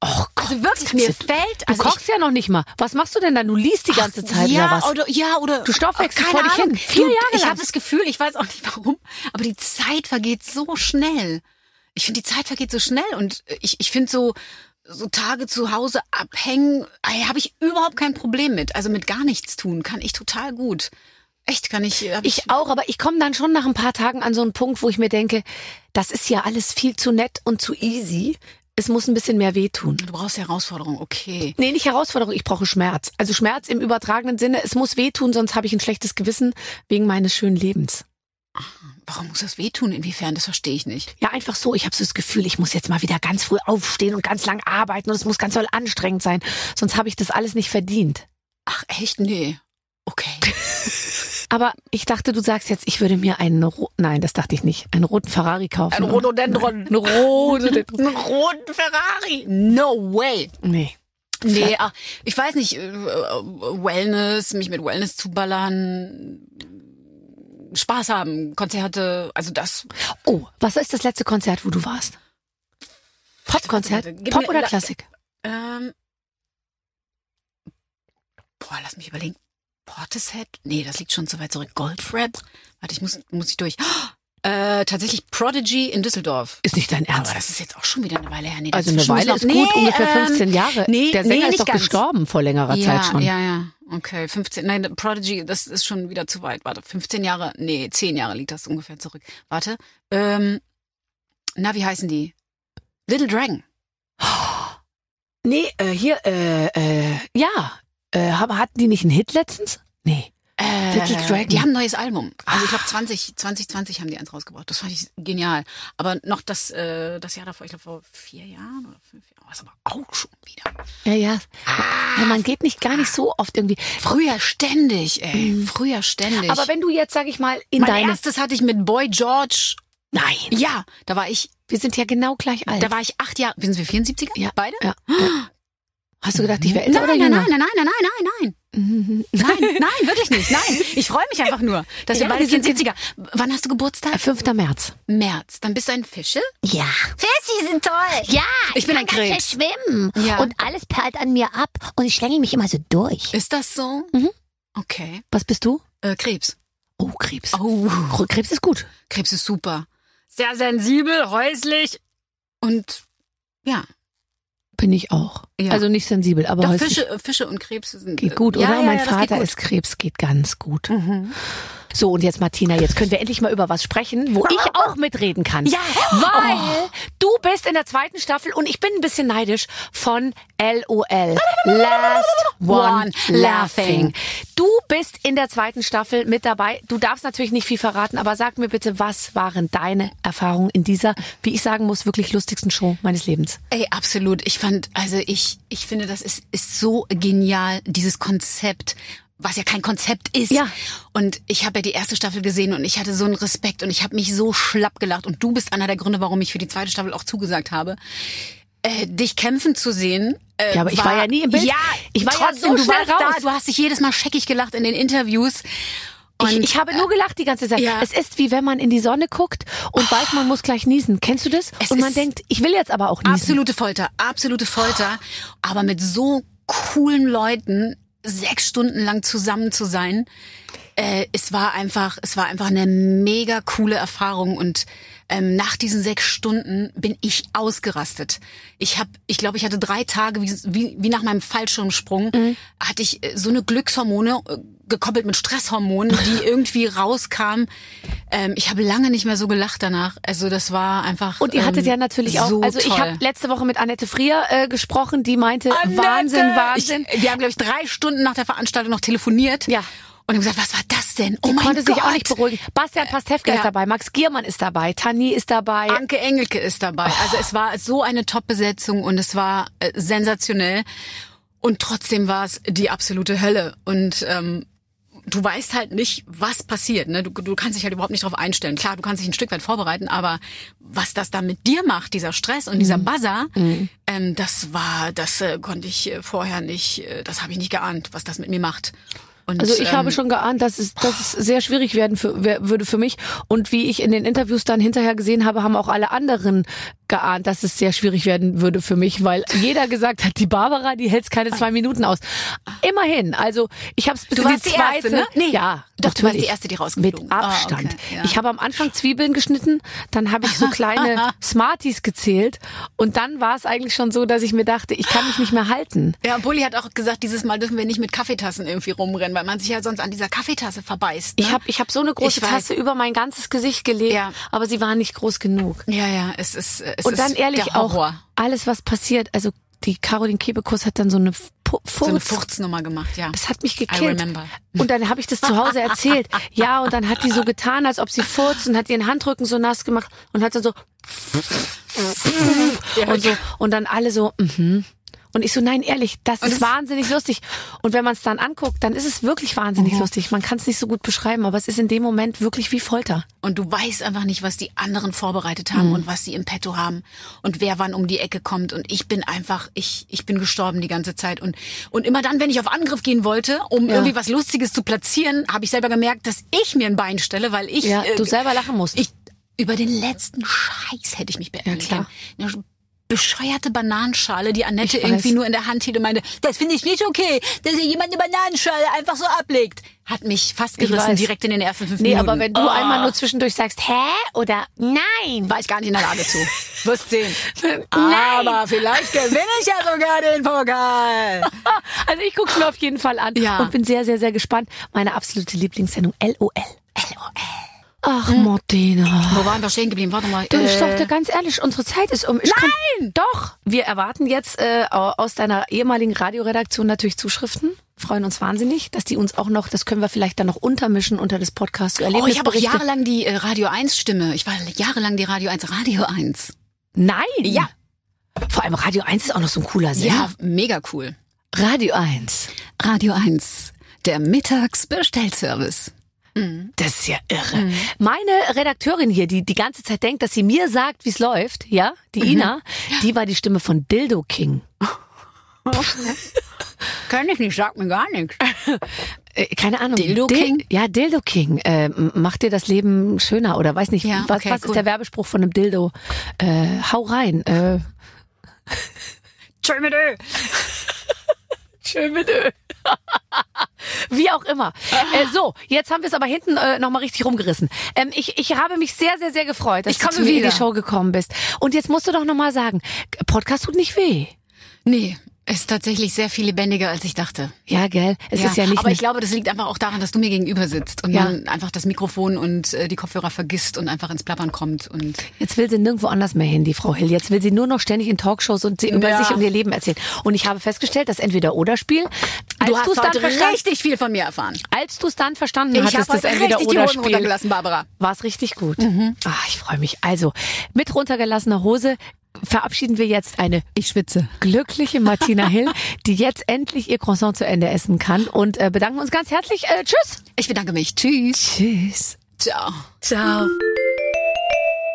Oh Gott.
Also wirklich, mir
Katze,
fällt.
Du
Also
kochst ja noch nicht mal. Was machst du denn dann? Du liest die ganze Zeit
ja,
oder was?
Oder, ja, oder.
Du stoffwechselst
Keine
vor dich hin.
Ahnung.
Vier
du,
Jahre
Ich
lang.
habe das Gefühl, ich weiß auch nicht warum, aber die Zeit vergeht so schnell. Ich finde, die Zeit vergeht so schnell und ich, ich finde so, so Tage zu Hause abhängen, ey, habe ich überhaupt kein Problem mit. Also mit gar nichts tun kann ich total gut. Echt, kann ich. hab
ich auch, aber ich komme dann schon nach ein paar Tagen an so einen Punkt, wo ich mir denke, das ist ja alles viel zu nett und zu easy. Es muss ein bisschen mehr wehtun.
Du brauchst Herausforderung, okay.
Nee, nicht Herausforderung, ich brauche Schmerz. Also Schmerz im übertragenen Sinne, es muss wehtun, sonst habe ich ein schlechtes Gewissen wegen meines schönen Lebens.
Warum muss das wehtun? Inwiefern? Das verstehe ich nicht.
Ja, einfach so, ich habe so das Gefühl, ich muss jetzt mal wieder ganz früh aufstehen und ganz lang arbeiten und es muss ganz doll anstrengend sein, sonst habe ich das alles nicht verdient.
Ach, echt? Nee. Okay.
Aber ich dachte, du sagst jetzt, ich würde mir einen roten, nein, das dachte ich nicht, einen roten Ferrari kaufen.
Ein
roten
Rhododendron.
Einen roten.
Einen roten Ferrari. No way.
Nee.
Nee, ach, ich weiß nicht, äh, Wellness, mich mit Wellness zuballern, Spaß haben, Konzerte, also das.
Oh, was ist das letzte Konzert, wo du warst? Popkonzert?
Äh, Gib
Pop
mir-
oder
la-
Klassik?
Ähm, boah, lass mich überlegen. Portishead? Nee, das liegt schon zu weit zurück. Goldrap? Warte, ich muss, muss ich durch. Äh, tatsächlich Prodigy in Düsseldorf.
Ist nicht dein
Aber
Ernst.
das ist jetzt auch schon wieder eine Weile her. Nee,
Also eine
dazwischen
Weile
muss
ist
noch-
gut,
Nee,
ungefähr 15
ähm,
Jahre.
nee,
Der Sänger
nee,
ist
nicht
doch
ganz.
gestorben vor längerer
ja,
Zeit schon.
Ja, ja, okay. 15, nein, Prodigy, das ist schon wieder zu weit. Warte, 15 Jahre, nee, 10 Jahre liegt das ungefähr zurück. Warte, ähm, na, wie heißen die? Little Dragon.
Nee, äh, hier, äh, äh, ja. Äh, hab- hatten die nicht einen Hit letztens? Nee.
Äh,
Little Dragon. Ah.
Die haben ein neues Album. Also ich glaube 20, 2020 haben die eins rausgebracht. Das fand ich genial. Aber noch das, äh, das Jahr davor, ich glaube vor vier Jahren oder fünf Jahren, was aber auch schon wieder.
Ja, ja. ja man geht nicht gar nicht so oft irgendwie.
Früher ständig, ey. Früher ständig.
Mhm. Aber wenn du jetzt, sag ich mal, in
mein
deine...
erstes hatte ich mit Boy George.
Nein,
Ja, da war ich
wir sind ja genau gleich alt.
Da war ich acht Jahre. Sind wir 74er?
Ja.
Beide?
Ja. Hast du gedacht, ich wäre
Nein,
älter oder
nein,
jünger?
nein, nein, nein, nein, nein, nein.
Mhm.
Nein, nein, wirklich nicht. Nein. Ich freue mich einfach nur, dass
Ja,
wir
wir
beide
sind
74er. Wann hast du Geburtstag?
5. Äh, März.
März. Dann bist du ein Fische?
Ja. Fissi sind toll. Ja.
Ich bin ein
kann
Krebs.
ganz schön Schwimmen.
Ja.
Und alles perlt an mir ab. Und ich schlängel mich immer so durch.
Ist das so?
Mhm.
Okay.
Was bist du?
Äh, Krebs.
Oh, Krebs.
Oh.
Oh, Krebs ist gut.
Krebs ist super.
Sehr sensibel, häuslich.
Und ja.
Bin ich auch.
Ja.
Also nicht sensibel, aber
Doch,
häuslich
Fische, äh, Fische und Krebs sind.
geht
äh,
gut,
ja,
oder?
Ja,
mein
ja, das geht
Vater
gut.
ist Krebs, geht ganz gut.
Mhm.
So, und jetzt Martina, jetzt können wir endlich mal über was sprechen, wo
(laughs)
ich auch mitreden kann.
Ja. Oh.
Weil du bist in der zweiten Staffel und ich bin ein bisschen neidisch von LOL. Last One Laughing. Du bist in der zweiten Staffel mit dabei. Du darfst natürlich nicht viel verraten, aber sag mir bitte, was waren deine Erfahrungen in dieser, wie ich sagen muss, wirklich lustigsten Show meines Lebens?
Ey, absolut. Ich fand, also ich, ich finde, das ist, ist so genial, dieses Konzept. was ja kein Konzept ist.
Ja.
Und ich habe ja die erste Staffel gesehen und ich hatte so einen Respekt und ich habe mich so schlapp gelacht. Und du bist einer der Gründe, warum ich für die zweite Staffel auch zugesagt habe. Äh, dich kämpfen zu sehen. Äh,
Ja, aber ich war ja nie im Bild.
Ja,
Ich war ja
trotzdem,
so
du
schnell
warst
raus.
da. Du hast dich jedes Mal scheckig gelacht in den Interviews. Und äh,
ich, ich habe nur gelacht die ganze Zeit.
ja.
Es ist wie wenn man in die Sonne guckt und weiß, man muss gleich niesen. Kennst du das?
Es
und man
ist-
denkt, ich will jetzt aber auch niesen.
Absolute Folter, absolute Folter. Aber mit so coolen Leuten sechs Stunden lang zusammen zu sein, äh, es war einfach, es war einfach eine mega coole Erfahrung und ähm, nach diesen sechs Stunden bin ich ausgerastet. Ich habe, ich glaube, ich hatte drei Tage wie, wie, wie nach meinem Fallschirmsprung
Mhm.
hatte ich äh, so eine Glückshormone äh, gekoppelt mit Stresshormonen,
(laughs)
die irgendwie rauskamen. Ähm, ich habe lange nicht mehr so gelacht danach. Also das war einfach
Und ihr hattet
ähm,
ja natürlich auch.
so
also ich
toll.
habe letzte Woche mit Annette Frier äh, gesprochen, die meinte, Wahnsinn, Wahnsinn.
Ich, wir haben, glaube ich, drei Stunden nach der Veranstaltung noch telefoniert.
Ja.
Und haben gesagt, was war das denn? Oh
Die
mein
konnte
Gott. Äh,
sich auch nicht beruhigen. Bastian Pastewka
ja.
ist dabei, Max Giermann ist dabei, Tani ist dabei.
Anke Engelke ist dabei. Also es war so eine Top-Besetzung und es war äh, sensationell. Und trotzdem war es die absolute Hölle. Und ähm, du weißt halt nicht, was passiert. Ne? Du, du kannst dich halt überhaupt nicht darauf einstellen. Klar, du kannst dich ein Stück weit vorbereiten, aber was das dann mit dir macht, dieser Stress und
Mhm.
dieser Buzzer, ähm, das war, das äh, konnte ich äh, vorher nicht, äh, das habe ich nicht geahnt, was das mit mir macht. Und,
Also ich
ähm,
habe schon geahnt, dass es, dass es sehr schwierig werden für, wer- würde für mich. Und wie ich in den Interviews dann hinterher gesehen habe, haben auch alle anderen geahnt, dass es sehr schwierig werden würde für mich, weil jeder gesagt hat, die Barbara, die hält es keine zwei Minuten aus. Immerhin, also ich habe es bis
Du
in die
warst die
zweite.
Erste, ne? Nee.
Ja,
Doch, du warst
natürlich.
die Erste, die rausgeflogen.
Mit
Ah,
Abstand.
okay, ja.
Ich habe am Anfang Zwiebeln geschnitten, dann habe ich
(laughs)
so kleine Smarties gezählt und dann war es eigentlich schon so, dass ich mir dachte, ich kann mich nicht mehr halten.
Ja, und Bulli hat auch gesagt, dieses Mal dürfen wir nicht mit Kaffeetassen irgendwie rumrennen, weil man sich ja sonst an dieser Kaffeetasse verbeißt. Ne?
Ich habe ich hab so eine große
Ich weiß.
Tasse über mein ganzes Gesicht gelegt,
Ja.
aber sie war nicht groß genug.
ja, ja, es ist äh, es
Und
ist
dann ehrlich
der
auch,
Horror.
alles was passiert, also die Caroline Kebekus hat dann so eine Pu- Furz.
so eine Furznummer gemacht, ja.
Das hat mich
I
gekillt.
remember.
Und dann habe ich das zu Hause erzählt.
(laughs)
Ja, und dann hat die so getan, als ob sie furzt und hat ihren Handrücken so nass gemacht und hat dann so und so und dann alle so mhm. und ich so nein ehrlich, das ist wahnsinnig lustig. Und wenn man es dann anguckt, dann ist es wirklich wahnsinnig
Mhm.
lustig. Man kann es nicht so gut beschreiben, aber es ist in dem Moment wirklich wie Folter.
Und du weißt einfach nicht, was die anderen vorbereitet
Mhm.
haben und was sie im Petto haben und wer wann um die Ecke kommt. Und ich bin einfach, ich, ich bin gestorben die ganze Zeit. Und, und immer dann, wenn ich auf Angriff gehen wollte, um
Ja.
irgendwie was Lustiges zu platzieren, habe ich selber gemerkt, dass ich mir ein Bein stelle, weil ich.
Ja,
äh,
du selber lachen musst.
Ich, über den letzten Scheiß hätte ich mich beenden
Ja, klar.
können. Eine bescheuerte Bananenschale, die Annette
Ich weiß.
irgendwie nur in der Hand hielt und meinte, das finde ich nicht okay, dass hier jemand eine Bananenschale einfach so ablegt. Hat mich fast
Ich
gerissen,
weiß.
direkt in den ersten fünf
Nee,
Minuten.
aber wenn du
Oh,
einmal nur zwischendurch sagst, hä? Oder
Nein.
War ich gar nicht in der Lage (laughs) zu. Wirst sehen.
Nein.
Aber vielleicht gewinne ich ja sogar den Pokal.
Also ich gucke es mir auf jeden Fall an
Ja.
und bin sehr, sehr, sehr gespannt. Meine absolute Lieblingssendung, LOL. LOL. Ach, Martina.
Wo waren wir stehen geblieben? Warte mal.
Du, ich
Äh,
sagte ganz ehrlich, unsere Zeit ist um. Ich Nein! Kann, doch! Wir erwarten jetzt äh, aus deiner ehemaligen Radioredaktion natürlich Zuschriften. Freuen uns wahnsinnig, dass die uns auch noch, das können wir vielleicht dann noch untermischen unter das Podcast.
Oh, ich habe auch
Erlebnisberichte.
jahrelang die äh, Radio 1 Stimme. Ich war jahrelang die Radio 1 Radio 1.
Nein!
Ja.
Vor allem Radio 1 ist auch noch so ein cooler
Ja,
Sender.
mega cool.
Ja. Radio 1.
Radio 1, der Mittagsbestellservice.
Das ist ja irre. Meine Redakteurin hier, die die ganze Zeit denkt, dass sie mir sagt, wie es läuft, ja, die Ina, die war die Stimme von Dildo King.
Kann ich nicht, sag mir gar nichts.
Äh, keine Ahnung.
Dildo King?
Ja, Dildo King. Äh, m- macht dir das Leben schöner oder weiß nicht,
Ja,
was,
okay,
was
cool.
ist der Werbespruch von einem Dildo? Äh, hau rein. Äh,
Tschö mit Ö.
Schön mit Öl. Wie auch immer. Äh, so, jetzt haben wir es aber hinten äh, nochmal richtig rumgerissen. Ähm, ich, ich habe mich sehr, sehr, sehr gefreut, dass
Ich
du
komme
zu mir in die
wieder.
Show gekommen bist. Und jetzt musst du doch nochmal sagen, Podcast tut nicht weh.
Nee, ist tatsächlich sehr viel lebendiger, als ich dachte.
Ja, gell? Es ist ja nicht
aber
eine-
ich glaube, das liegt einfach auch daran, dass du mir gegenüber sitzt und
Ja.
man einfach das Mikrofon und äh, die Kopfhörer vergisst und einfach ins Plappern kommt. Und
jetzt will sie nirgendwo anders mehr hin, die Frau Hill. Jetzt will sie nur noch ständig in Talkshows und sie über
Ja.
sich und ihr Leben erzählen. Und ich habe festgestellt, dass entweder oder Spiel, als
du hast
du's dann
heute
verstanden,
richtig viel von mir erfahren.
als du's dann verstanden
Ich habe
hattest, das
heute
entweder
richtig die
oder
Hosen
Spiel,
runtergelassen, Barbara.
Mhm. war es richtig gut. Ah, ich freue mich. Also mit runtergelassener Hose verabschieden wir jetzt eine
Ich schwitze.
glückliche Martina (laughs) Hill, die jetzt endlich ihr Croissant zu Ende essen kann und äh, bedanken uns ganz herzlich. Äh, tschüss.
Ich bedanke mich. Tschüss.
Tschüss.
Ciao.
Ciao.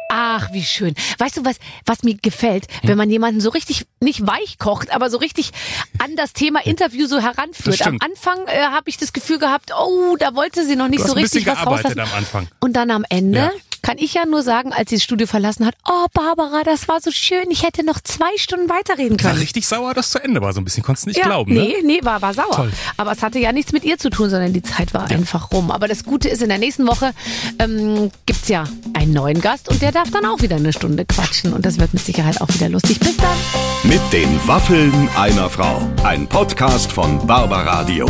Ach, wie schön. Weißt du, was, was mir gefällt, wenn man jemanden so richtig nicht weich kocht, aber so richtig an das Thema Interview so
Das
heranführt. Am
stimmt.
Anfang äh, habe ich das Gefühl gehabt, oh, da wollte sie noch nicht
Du
so
hast ein
richtig
bisschen
was
gearbeitet
rauslassen.
am Anfang.
Und dann am Ende
Ja.
kann ich ja nur sagen, als sie das Studio verlassen hat, oh Barbara, das war so schön, ich hätte noch zwei Stunden weiterreden
Ich war
können.
richtig sauer, dass zu Ende war. So ein bisschen konntest du nicht
ja,
glauben, ne?
nee, nee, war, war sauer.
Toll.
Aber es hatte ja nichts mit ihr zu tun, sondern die Zeit war einfach rum. Aber das Gute ist, in der nächsten Woche ähm, gibt's ja einen neuen Gast und der darf dann auch wieder eine Stunde quatschen. Und das wird mit Sicherheit auch wieder lustig. Bis dann.
Mit den Waffeln einer Frau. Ein Podcast von Barbaradio.